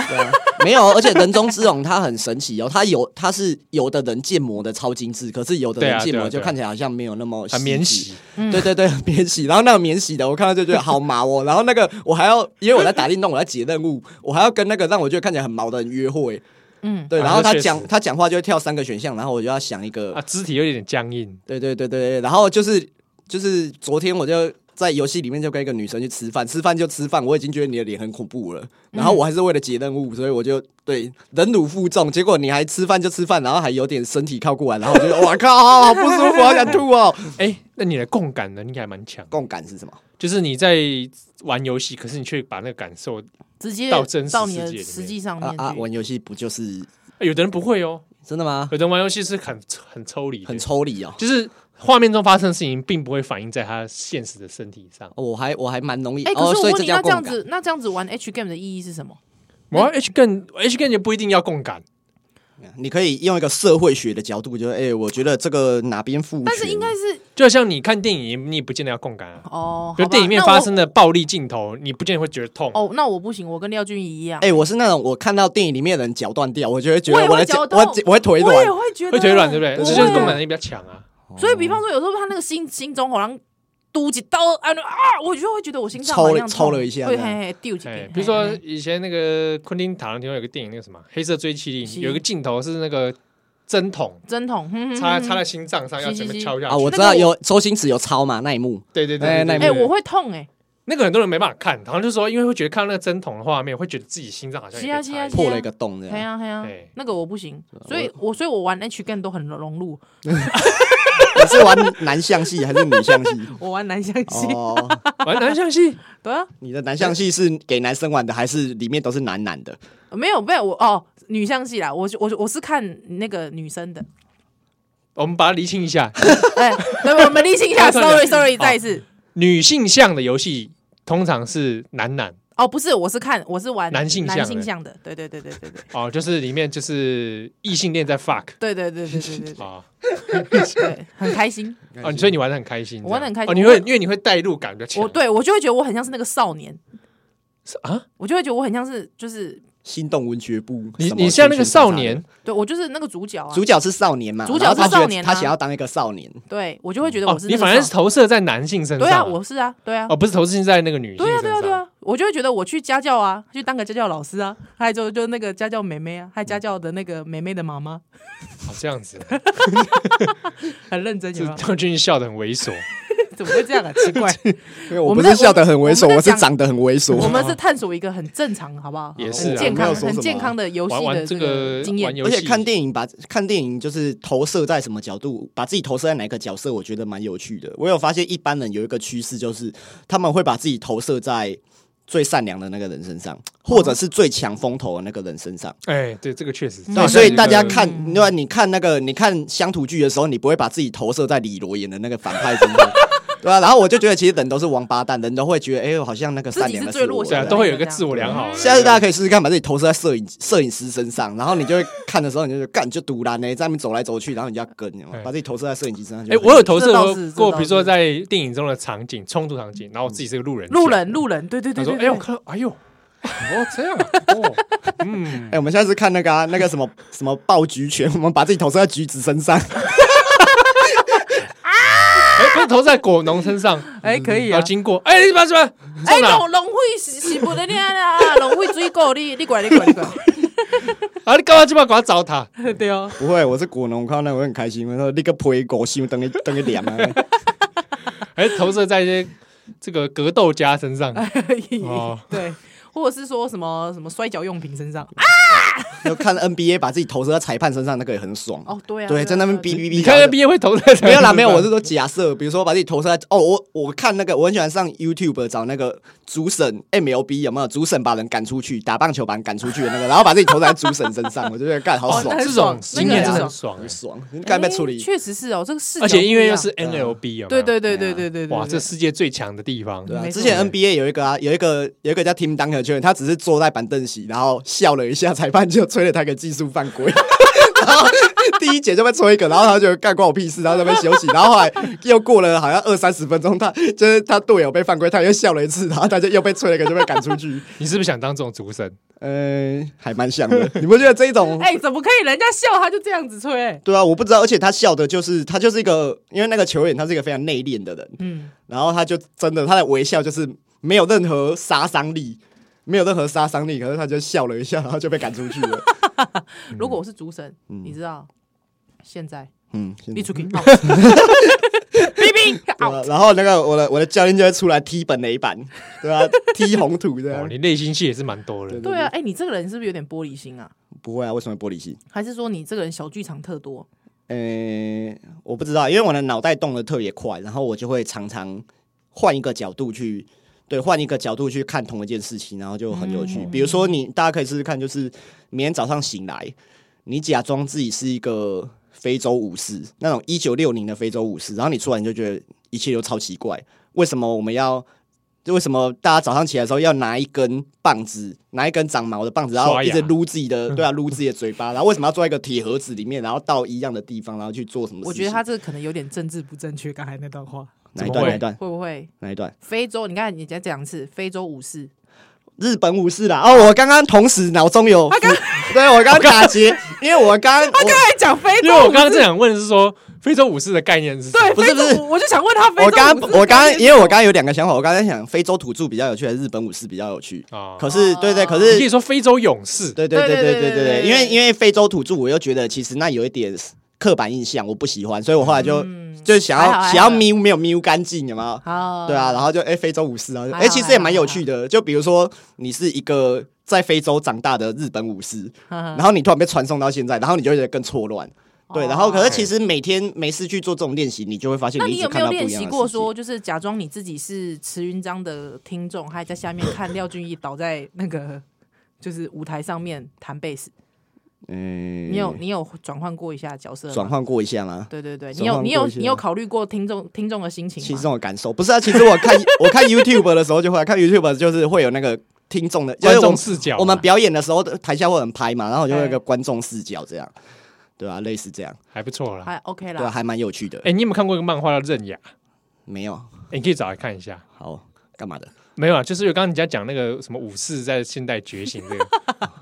C: 对啊，没有，而且人中之龙它很神奇哦，它有它是有的人建模的超精致，可是有的
B: 对啊
C: 人建
B: 对
C: 模
B: 啊
C: 就
B: 对啊
C: 看起来好像没有那么
B: 很免
C: 细致
B: 洗。
C: 对对对，很免洗。然后那个免洗的，我看到就觉得好毛哦。然后那个我还要，因为我在打电动，我在解任务，我还要跟那个让我觉得看起来很毛的人约会。
A: 嗯，
C: 对，
B: 啊
C: 然后
B: 那
C: 他
B: 确实
C: 讲他讲话就会跳三个选项，然后我就要想一个。
B: 啊，肢体有点僵硬。
C: 对对对对对，然后就是就是昨天我就。在游戏里面就跟一个女生去吃饭，吃饭就吃饭，我已经觉得你的脸很恐怖了。然后我还是为了解任务，所以我就对忍辱负重。结果你还吃饭就吃饭，然后还有点身体靠过来，然后我就觉得哇靠，好不舒服，好想吐哦。
B: 哎，那你的共感能力还蛮强，
C: 共感是什么？
B: 就是你在玩游戏，可是你却把那个感受，
A: 直接
B: 到真实
A: 到你
B: 世界
A: 的
B: 里
A: 实
B: 面
A: 际上
C: 啊
A: 面
C: 啊！
A: 去
C: 玩游戏不就是
B: 哎有的人不会哦，
C: 真的吗？
B: 有的人玩游戏是很很抽离的，
C: 很抽离哦。
B: 就是画面中发生的事情，并不会反映在他现实的身体上。
C: 哦我还我还蛮容易
A: 哎，可
C: 哦，
A: 是
C: 所
A: 我
C: 以
A: 问
C: 这
A: 你，那
C: 叫
A: 这
C: 共
A: 样
C: 感。
A: 子，那这样子玩 H game 的意义是什么？
B: 我 H 更 H 更也不一定要共感，
C: 你可以用一个社会学的角度，就是哎、我觉得这个哪边父权，
A: 但是应该是
B: 就像你看电影，你也不见得要共感啊。
A: 哦，
B: 比如
A: 好吧
B: 电影里面
A: 那
B: 发
A: 我
B: 生的暴力镜头，你不见得会觉得痛。
A: 哦，那我不行，我跟廖俊怡一样
C: 哎、，我是那种我看到电影里面的人脚断掉，我就会觉
A: 我
C: 得
A: 也会
C: 的
A: 脚
C: 脚，
A: 断
C: 我我会腿
A: 我
C: 软
A: 也。会觉得
B: 会腿软，对不对？
A: 我
B: 这就是
A: 会
B: 共感能力比较强啊。
A: 所以，比方说，有时候他那个心心中好像嘟几刀啊啊，我就会觉得我心脏
C: 抽了
A: 好像痛
C: 抽了一下
A: 会
C: 这
A: 嘿
C: 样
A: 嘿丢几
B: 哎
A: 遍。，
B: 比如说
A: 嘿嘿
B: 以前那个昆汀塔伦提诺有个电影，那个什么《黑色追击令
A: 是》，
B: 有一个镜头是那个针筒
A: 针筒，哼哼哼
B: 插
A: 哼
B: 插在心脏上，要
A: 嗯是
B: 准备
A: 是
B: 敲下去。
C: 啊，我知
A: 那
C: 道
A: 个
C: 有周星驰有抄嘛那一幕，
B: 对对对
C: 哎
B: 对，
C: 那
B: 对
A: 哎，
C: 一
B: 对
C: 幕
A: 我会痛哎，
B: 那个很多人没办法看，好像就说因为会觉得看到那个针筒的画面，会觉得自己心脏好像
A: 是啊是啊是啊
C: 破了一个洞这
A: 嘿呀
C: 样。
A: 嘿呀
B: 哎，
A: 那个我不行，
C: 啊
A: 所以我所以我玩 H g a 都很融入，
C: 你是玩男相戏还是女相戏？
A: (laughs) 我玩男相戏，
C: 哦，
B: 蛮难相信。
A: 对啊，
C: 你的男相戏是给男生玩的，还是里面都是男男的？
A: 没有没有我哦女相戏啦，我我我是看那个女生的，
B: 我们把它厘清一下，
A: 哎，对，我们理清一
B: (laughs)
A: 下
B: 看错了
A: ，sorry sorry，
B: 好
A: 再一次。
B: 女性向的游戏通常是男男
A: 哦，不是，我是看，我是玩
B: 男性向的
A: 男性向的，对对对对对对
B: 哦，就是里面就是异性恋在 fuck
A: 对对对对对对对
B: 啊
A: 对，很开
B: (laughs)
A: 心。
B: 哦，所以你玩的很开心，
A: 我玩得很开心
B: 哦，你会因为你会代入感比较强，
A: 我对我就会觉得我很像是那个少年，
B: 是啊，
A: 我就会觉得我很像是就是
C: 心动文学部，
B: 你
C: 什么
B: 你像那个
C: 圈圈叉叉
B: 少
C: 的
B: 年，
A: 对我就是那个主角啊，
C: 主角是少年嘛，
A: 主角
C: 然后
A: 是
C: 他觉得
A: 少年啊
C: 他想要当一个少年，
A: 对我就会觉得
B: 哦
A: 我是，那
B: 你
A: 个
B: 反而是
A: 少
B: 投射在男性身上，
A: 对啊，我是啊，对啊
B: 哦，，不是投射在那个女性
A: 对啊，
B: 身
A: 对啊，
B: 上，
A: 对啊，我就会觉得我去家教啊，去当个家教老师啊，还有就就那个家教妹妹啊，还有
B: 嗯
A: 家教的那个妹妹的妈妈，
B: 哦，这样
A: (laughs)
B: 子，
A: 很认真，有没有？
B: 邓俊笑得很猥琐，
A: (laughs) 怎么会这样啊？奇怪，
C: 因为我
A: 我
C: 不
A: 们
C: 是
A: 在
C: 笑得很猥琐，
A: 我们在
C: 我是
A: 讲
C: 长得很猥
A: 我
C: 琐。
A: 们是探索一个很正常，好不好？
B: 也是啊
A: 很健
C: 我没有
A: 康、
C: 说什么啊
A: 很健康的游
B: 玩
A: 戏
B: 玩
A: 的
B: 这
A: 这
B: 个
A: 个经验
B: 玩。游
C: (laughs) 而
B: 戏，啊
C: 且看电影把看电影就是投射在什么角度，把自己投射在哪个角色，我觉得蛮有趣的。我有发现一般人有一个趋势，就是他们会把自己投射在最善良的那个人身上，或者是最抢风头的那个人身上。
B: 哎，对，这个确
A: 嗯
B: 实，
C: 对，所以大家
B: 看。
C: 看，对啊吧？你看那个，你看乡土剧的时候，你不会把自己投射在李罗演的那个反派身上，对啊吧、然后我就觉得，其实人都是王八蛋，人都会觉得，哎、呦，好像那个善良的
A: 自己是最弱
C: 我的
A: 小
B: 对啊，
A: 的
B: 都会有一个自我良好。
C: 下次大家可以试试看，把自己投射在摄影摄影师身上，然后你就会看的时候，你就觉得干就独蓝呢，在那边走来走去，然后你就要跟，你知道吗
B: 哎
C: 把自己投射在摄影机身上就
B: 哎、
C: 很。
B: 我有投射
A: 这倒
B: 过
A: 是这
B: 过，
A: 倒
B: 比如说
A: 是
B: 在电影中的场景冲突场景，然后我自己是个路人，
A: 路人，，路人，对对
B: 他
A: 对
B: 说
A: 对：“
B: 哎、
A: 对
B: 我看到，哎
C: (laughs)
B: 呦，哦这样啊，哦，嗯
C: 哎、，我们下次看那个、啊、那个什么什么爆菊拳，我们把自己投射在橘子身上， (laughs)
B: 哎、不是投在果农身上，
A: 哎，可以
B: 然
A: 啊
B: 后。经过，哎、你把什么
A: 哎，
B: 送哪？
A: 龙龙会是是不得了啦， (laughs) 龙会水果你你管你管你管，
B: 啊，你干嘛就把他糟蹋？
A: (laughs) 对 (laughs) 哦，
C: 不会，我是果农，我看到那个我很开心，我说那个陪狗心等你等你凉啊，
B: 还哎是投射在一些这个格斗家身上？
C: 哎
B: 哦
A: 对，或者是说什么什么摔跤用品身上，
C: 就看 NBA 把自己投射在裁判身上，那个也很爽。
A: 哦对啊对
C: 对，
A: 啊
C: 在那边
A: 对
C: 哔
A: 啊
C: 哔哔。
B: 你看
C: 然后
B: NBA 会投在
C: 没
B: (laughs)
C: 有啦，没有，我是说假设，比如说把自己投射在哦，我我看那个，我很喜欢上 YouTube 找那个主审 MLB 有没有主审把人赶出去，打棒球把人赶出去的那个，然后把自己投在主审身上，我就觉得干好
A: 哦
C: 爽
A: 那，
B: 这
A: 很
B: 种
A: 爽
B: 经验真的
A: 那个
B: 很
A: 很
B: 爽、
C: 很
B: 哎
C: 爽，你干被处
A: 哎
C: 理。
A: 确实是哦，这个视角
B: 而且因为又是
A: 不一样
B: NLB 啊，
A: 对对对对对
C: 对
A: 对，对
B: 哇，这世界最强的地方，
C: 对啊，
A: 没错
C: 之前 NBA 有一个啊，有一个有一个叫 Tim Duncan 球员，他只是坐在板凳席，然后笑了一下，裁判就吹了他一个技术犯规， (laughs) 然后第一节就被吹一个，然后他就干关我屁事，然后在那边休息，然后后来又过了好像二三十分钟，他就是他队友被犯规，他又笑了一次，然后他就又被吹了一个，就被赶出去。 (laughs)
B: 你是不是想当这种主审？
C: 呃，还蛮像的，你不觉得这一种？
A: 哎，怎么可以人家笑他就这样子吹？哎
C: 对啊，我不知道，而且他笑的就是他就是一个，因为那个球员他是一个非常内敛的人，
A: 嗯，
C: 然后他就真的他的微笑就是没有任何杀伤力，没有任何杀伤力，可是他就笑了一下，然后就被赶出去
A: (laughs)
C: 了。
A: 如
B: 嗯
A: 果我是主审，你知道现在
C: 嗯，现在
A: 你出去 (laughs) out，哔哔
C: 对
A: out，
C: 啊然后那个我的我的教练就会出来踢本垒板，
A: (laughs)
C: 对吧、踢红土这
B: 哦，
C: 样。
B: 你内心戏也是蛮多的。
A: 对啊，哎，你这个人是不是有点玻璃心啊？
C: 不会啊，为什么玻璃心？
A: 还是说你这个人小剧场特多？
C: 呃，我不知道，因为我的脑袋动得特别快，然后我就会常常换一个角度去，对，换一个角度去看同一件事情，然后就很有趣。
B: 嗯
C: 比如说你，大家可以试试看，就是明天早上醒来，你假装自己是一个非洲武士，那种一九六零的非洲武士，然后你出来你就觉得一切都超奇怪，为什么我们要？就为什么大家早上起来的时候要拿一根棒子，拿一根长毛的棒子，然后
B: 刷
C: 一
B: 牙
C: 直撸自己的，对啊，撸自己的嘴巴，然后为什么要做一个铁盒子里面，然后到一样的地方，然后去做什么事情？
A: 我觉得他这个可能有点政治不正确。刚才那段话
C: 哪
B: 怎
C: 一
B: 么
C: 段
B: 会
C: 哪一段
A: 会不会
C: 哪一段？
A: 非洲？你看你再讲一次非洲武士，
C: 日本武士啦！哦，我刚刚同时脑
A: (laughs)
C: 中有，对我刚刚打结，因为我刚刚我
A: 讲非
B: 因为我刚刚正想问是说，非洲武士的概念是什么
A: 对，
C: 不是
A: 非洲
C: 不是
A: 我我就想问他，非洲
C: 我刚
A: 武士
C: 我
A: 概
C: 刚刚
A: 念是
C: 因为我刚刚有两个想法，我刚才想非洲土著比较有趣，还是日本武士比较有趣？
B: 啊？
C: 可是对对，可是
B: 你可以说非洲勇士，
C: 对对对
A: 哦对
C: 对
A: 对
C: 对
A: 对
C: 对
A: 对
C: 对，因为因为非洲土著，我又觉得其实那有一点刻板印象，我不喜欢，所以我后来就、就想
A: 嗯还好
C: 要
A: 还好
C: 想要瞄没有瞄干净，有没有？
A: 好，
C: 对啊，然后就哎、非洲武士啊，
A: 还好
C: 哎、其实也蛮有趣的。就比如说你是一个在非洲长大的日本武士，
A: 然
C: 然后你突然被传送到现在，然后你就会觉得更错乱。对，然后可是其实每天没事去做这种练习，你就会发现
A: 哦那
C: 你
A: 你
C: 一直
A: 有没
C: 看
A: 有
C: 到不一
A: 练
C: 样的
A: 习
C: 世
A: 过
C: 界
A: 说，就是假装你自己是池云章的听众，还在下面看廖俊逸倒在那个就是舞台上面弹贝斯？
C: 嗯，
A: 你有你有转换过一下角色吗
C: 转？换过一下吗？
A: 对对对，你
C: 转
A: 有
C: 换
A: 你有
C: 过一下
A: 你有考虑过听众听众的心情
C: 其实
A: 吗
C: 这？种感受不是啊，其实我看我看 YouTube 的时候就会看 YouTube，就是会有那个听众的，就
B: 观
C: 是我
B: 众
C: 们
B: 视角啊嘛，
C: 我们表演的时候台下会有人拍嘛，然后就会有一
A: 哎
C: 个观众视角这样，对啊，类似这样，
B: 还不错啦。
A: 还 OK
C: 对啊，
A: 啦，
C: 还蛮有趣的。
B: 哎，你有没有看过一个漫画叫《刃牙》？
C: 没有，
B: 哎你可以找来看一下。
C: 好干嘛的？
B: 没有啊，就是有刚刚人家讲那个什么武士在现代觉醒这
C: (laughs)
B: 个，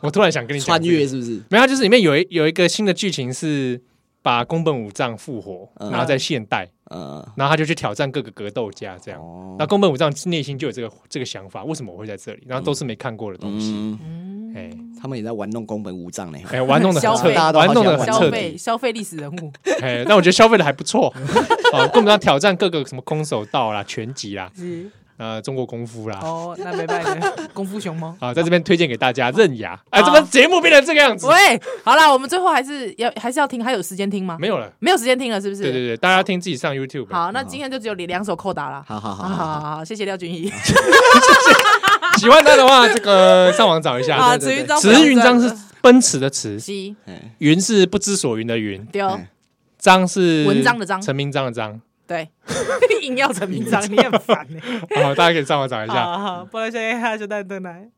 B: 我突然想跟你讲
C: 穿
B: 这个
C: 越是不是？
B: 没有，它啊就是里面有一有一个新的剧情是把宫本武藏复活，
C: 嗯
B: 然后在现代，
C: 呃，
B: 然后他就去挑战各个格斗家这样。
C: 哦
B: 那宫本武藏内心就有这个这个想法，为什么我会在这里？然后都是没看过的东西，
C: 嗯，
B: 哎
C: 他们也在玩弄宫本武藏呢。
B: 哎，玩弄的很
A: 消
B: 彻
A: 费
B: 底，玩弄的很
A: 消
B: 彻
A: 费
B: 底。
A: 消费历史人
B: (laughs)
A: 物，
B: 哎，但我觉得消费的还不
C: (laughs)
B: 错。啊，宫本武藏挑战各个什么空手道啦、拳击啦、
A: 是
B: 呃中国功夫啦。
A: 哦，那没办法，功夫熊猫。
B: 啊，在这边推荐给大家《刃牙》。哎，
A: 好
B: 怎么节目变成这个样子？
A: (laughs) 喂，好啦，我们最后还是要还是要听，还有时间听吗？
B: 没有了。
A: 没有时间听了，是不是？
B: 对对对，大嗯家听自己上 YouTube。
A: 好，那今天就只有两首扣打了。
C: 好好好
A: 好
C: 好，
A: 好好，谢谢廖俊逸。
B: 喜欢他的话，这个上网找一下。
A: 啊，
B: 对
A: 池云章，
B: 池云章是奔驰的驰，
A: 西
C: 哎
B: 云是不知所云的云，
A: 丢
C: 哎
B: 章是
A: 文章的章
B: 陈明章的章。
C: (laughs)
A: 对， (laughs) 硬要成名章，你很烦呢。
B: 好，大家可以上网找一下。
A: 好好，不然现在下就带回来。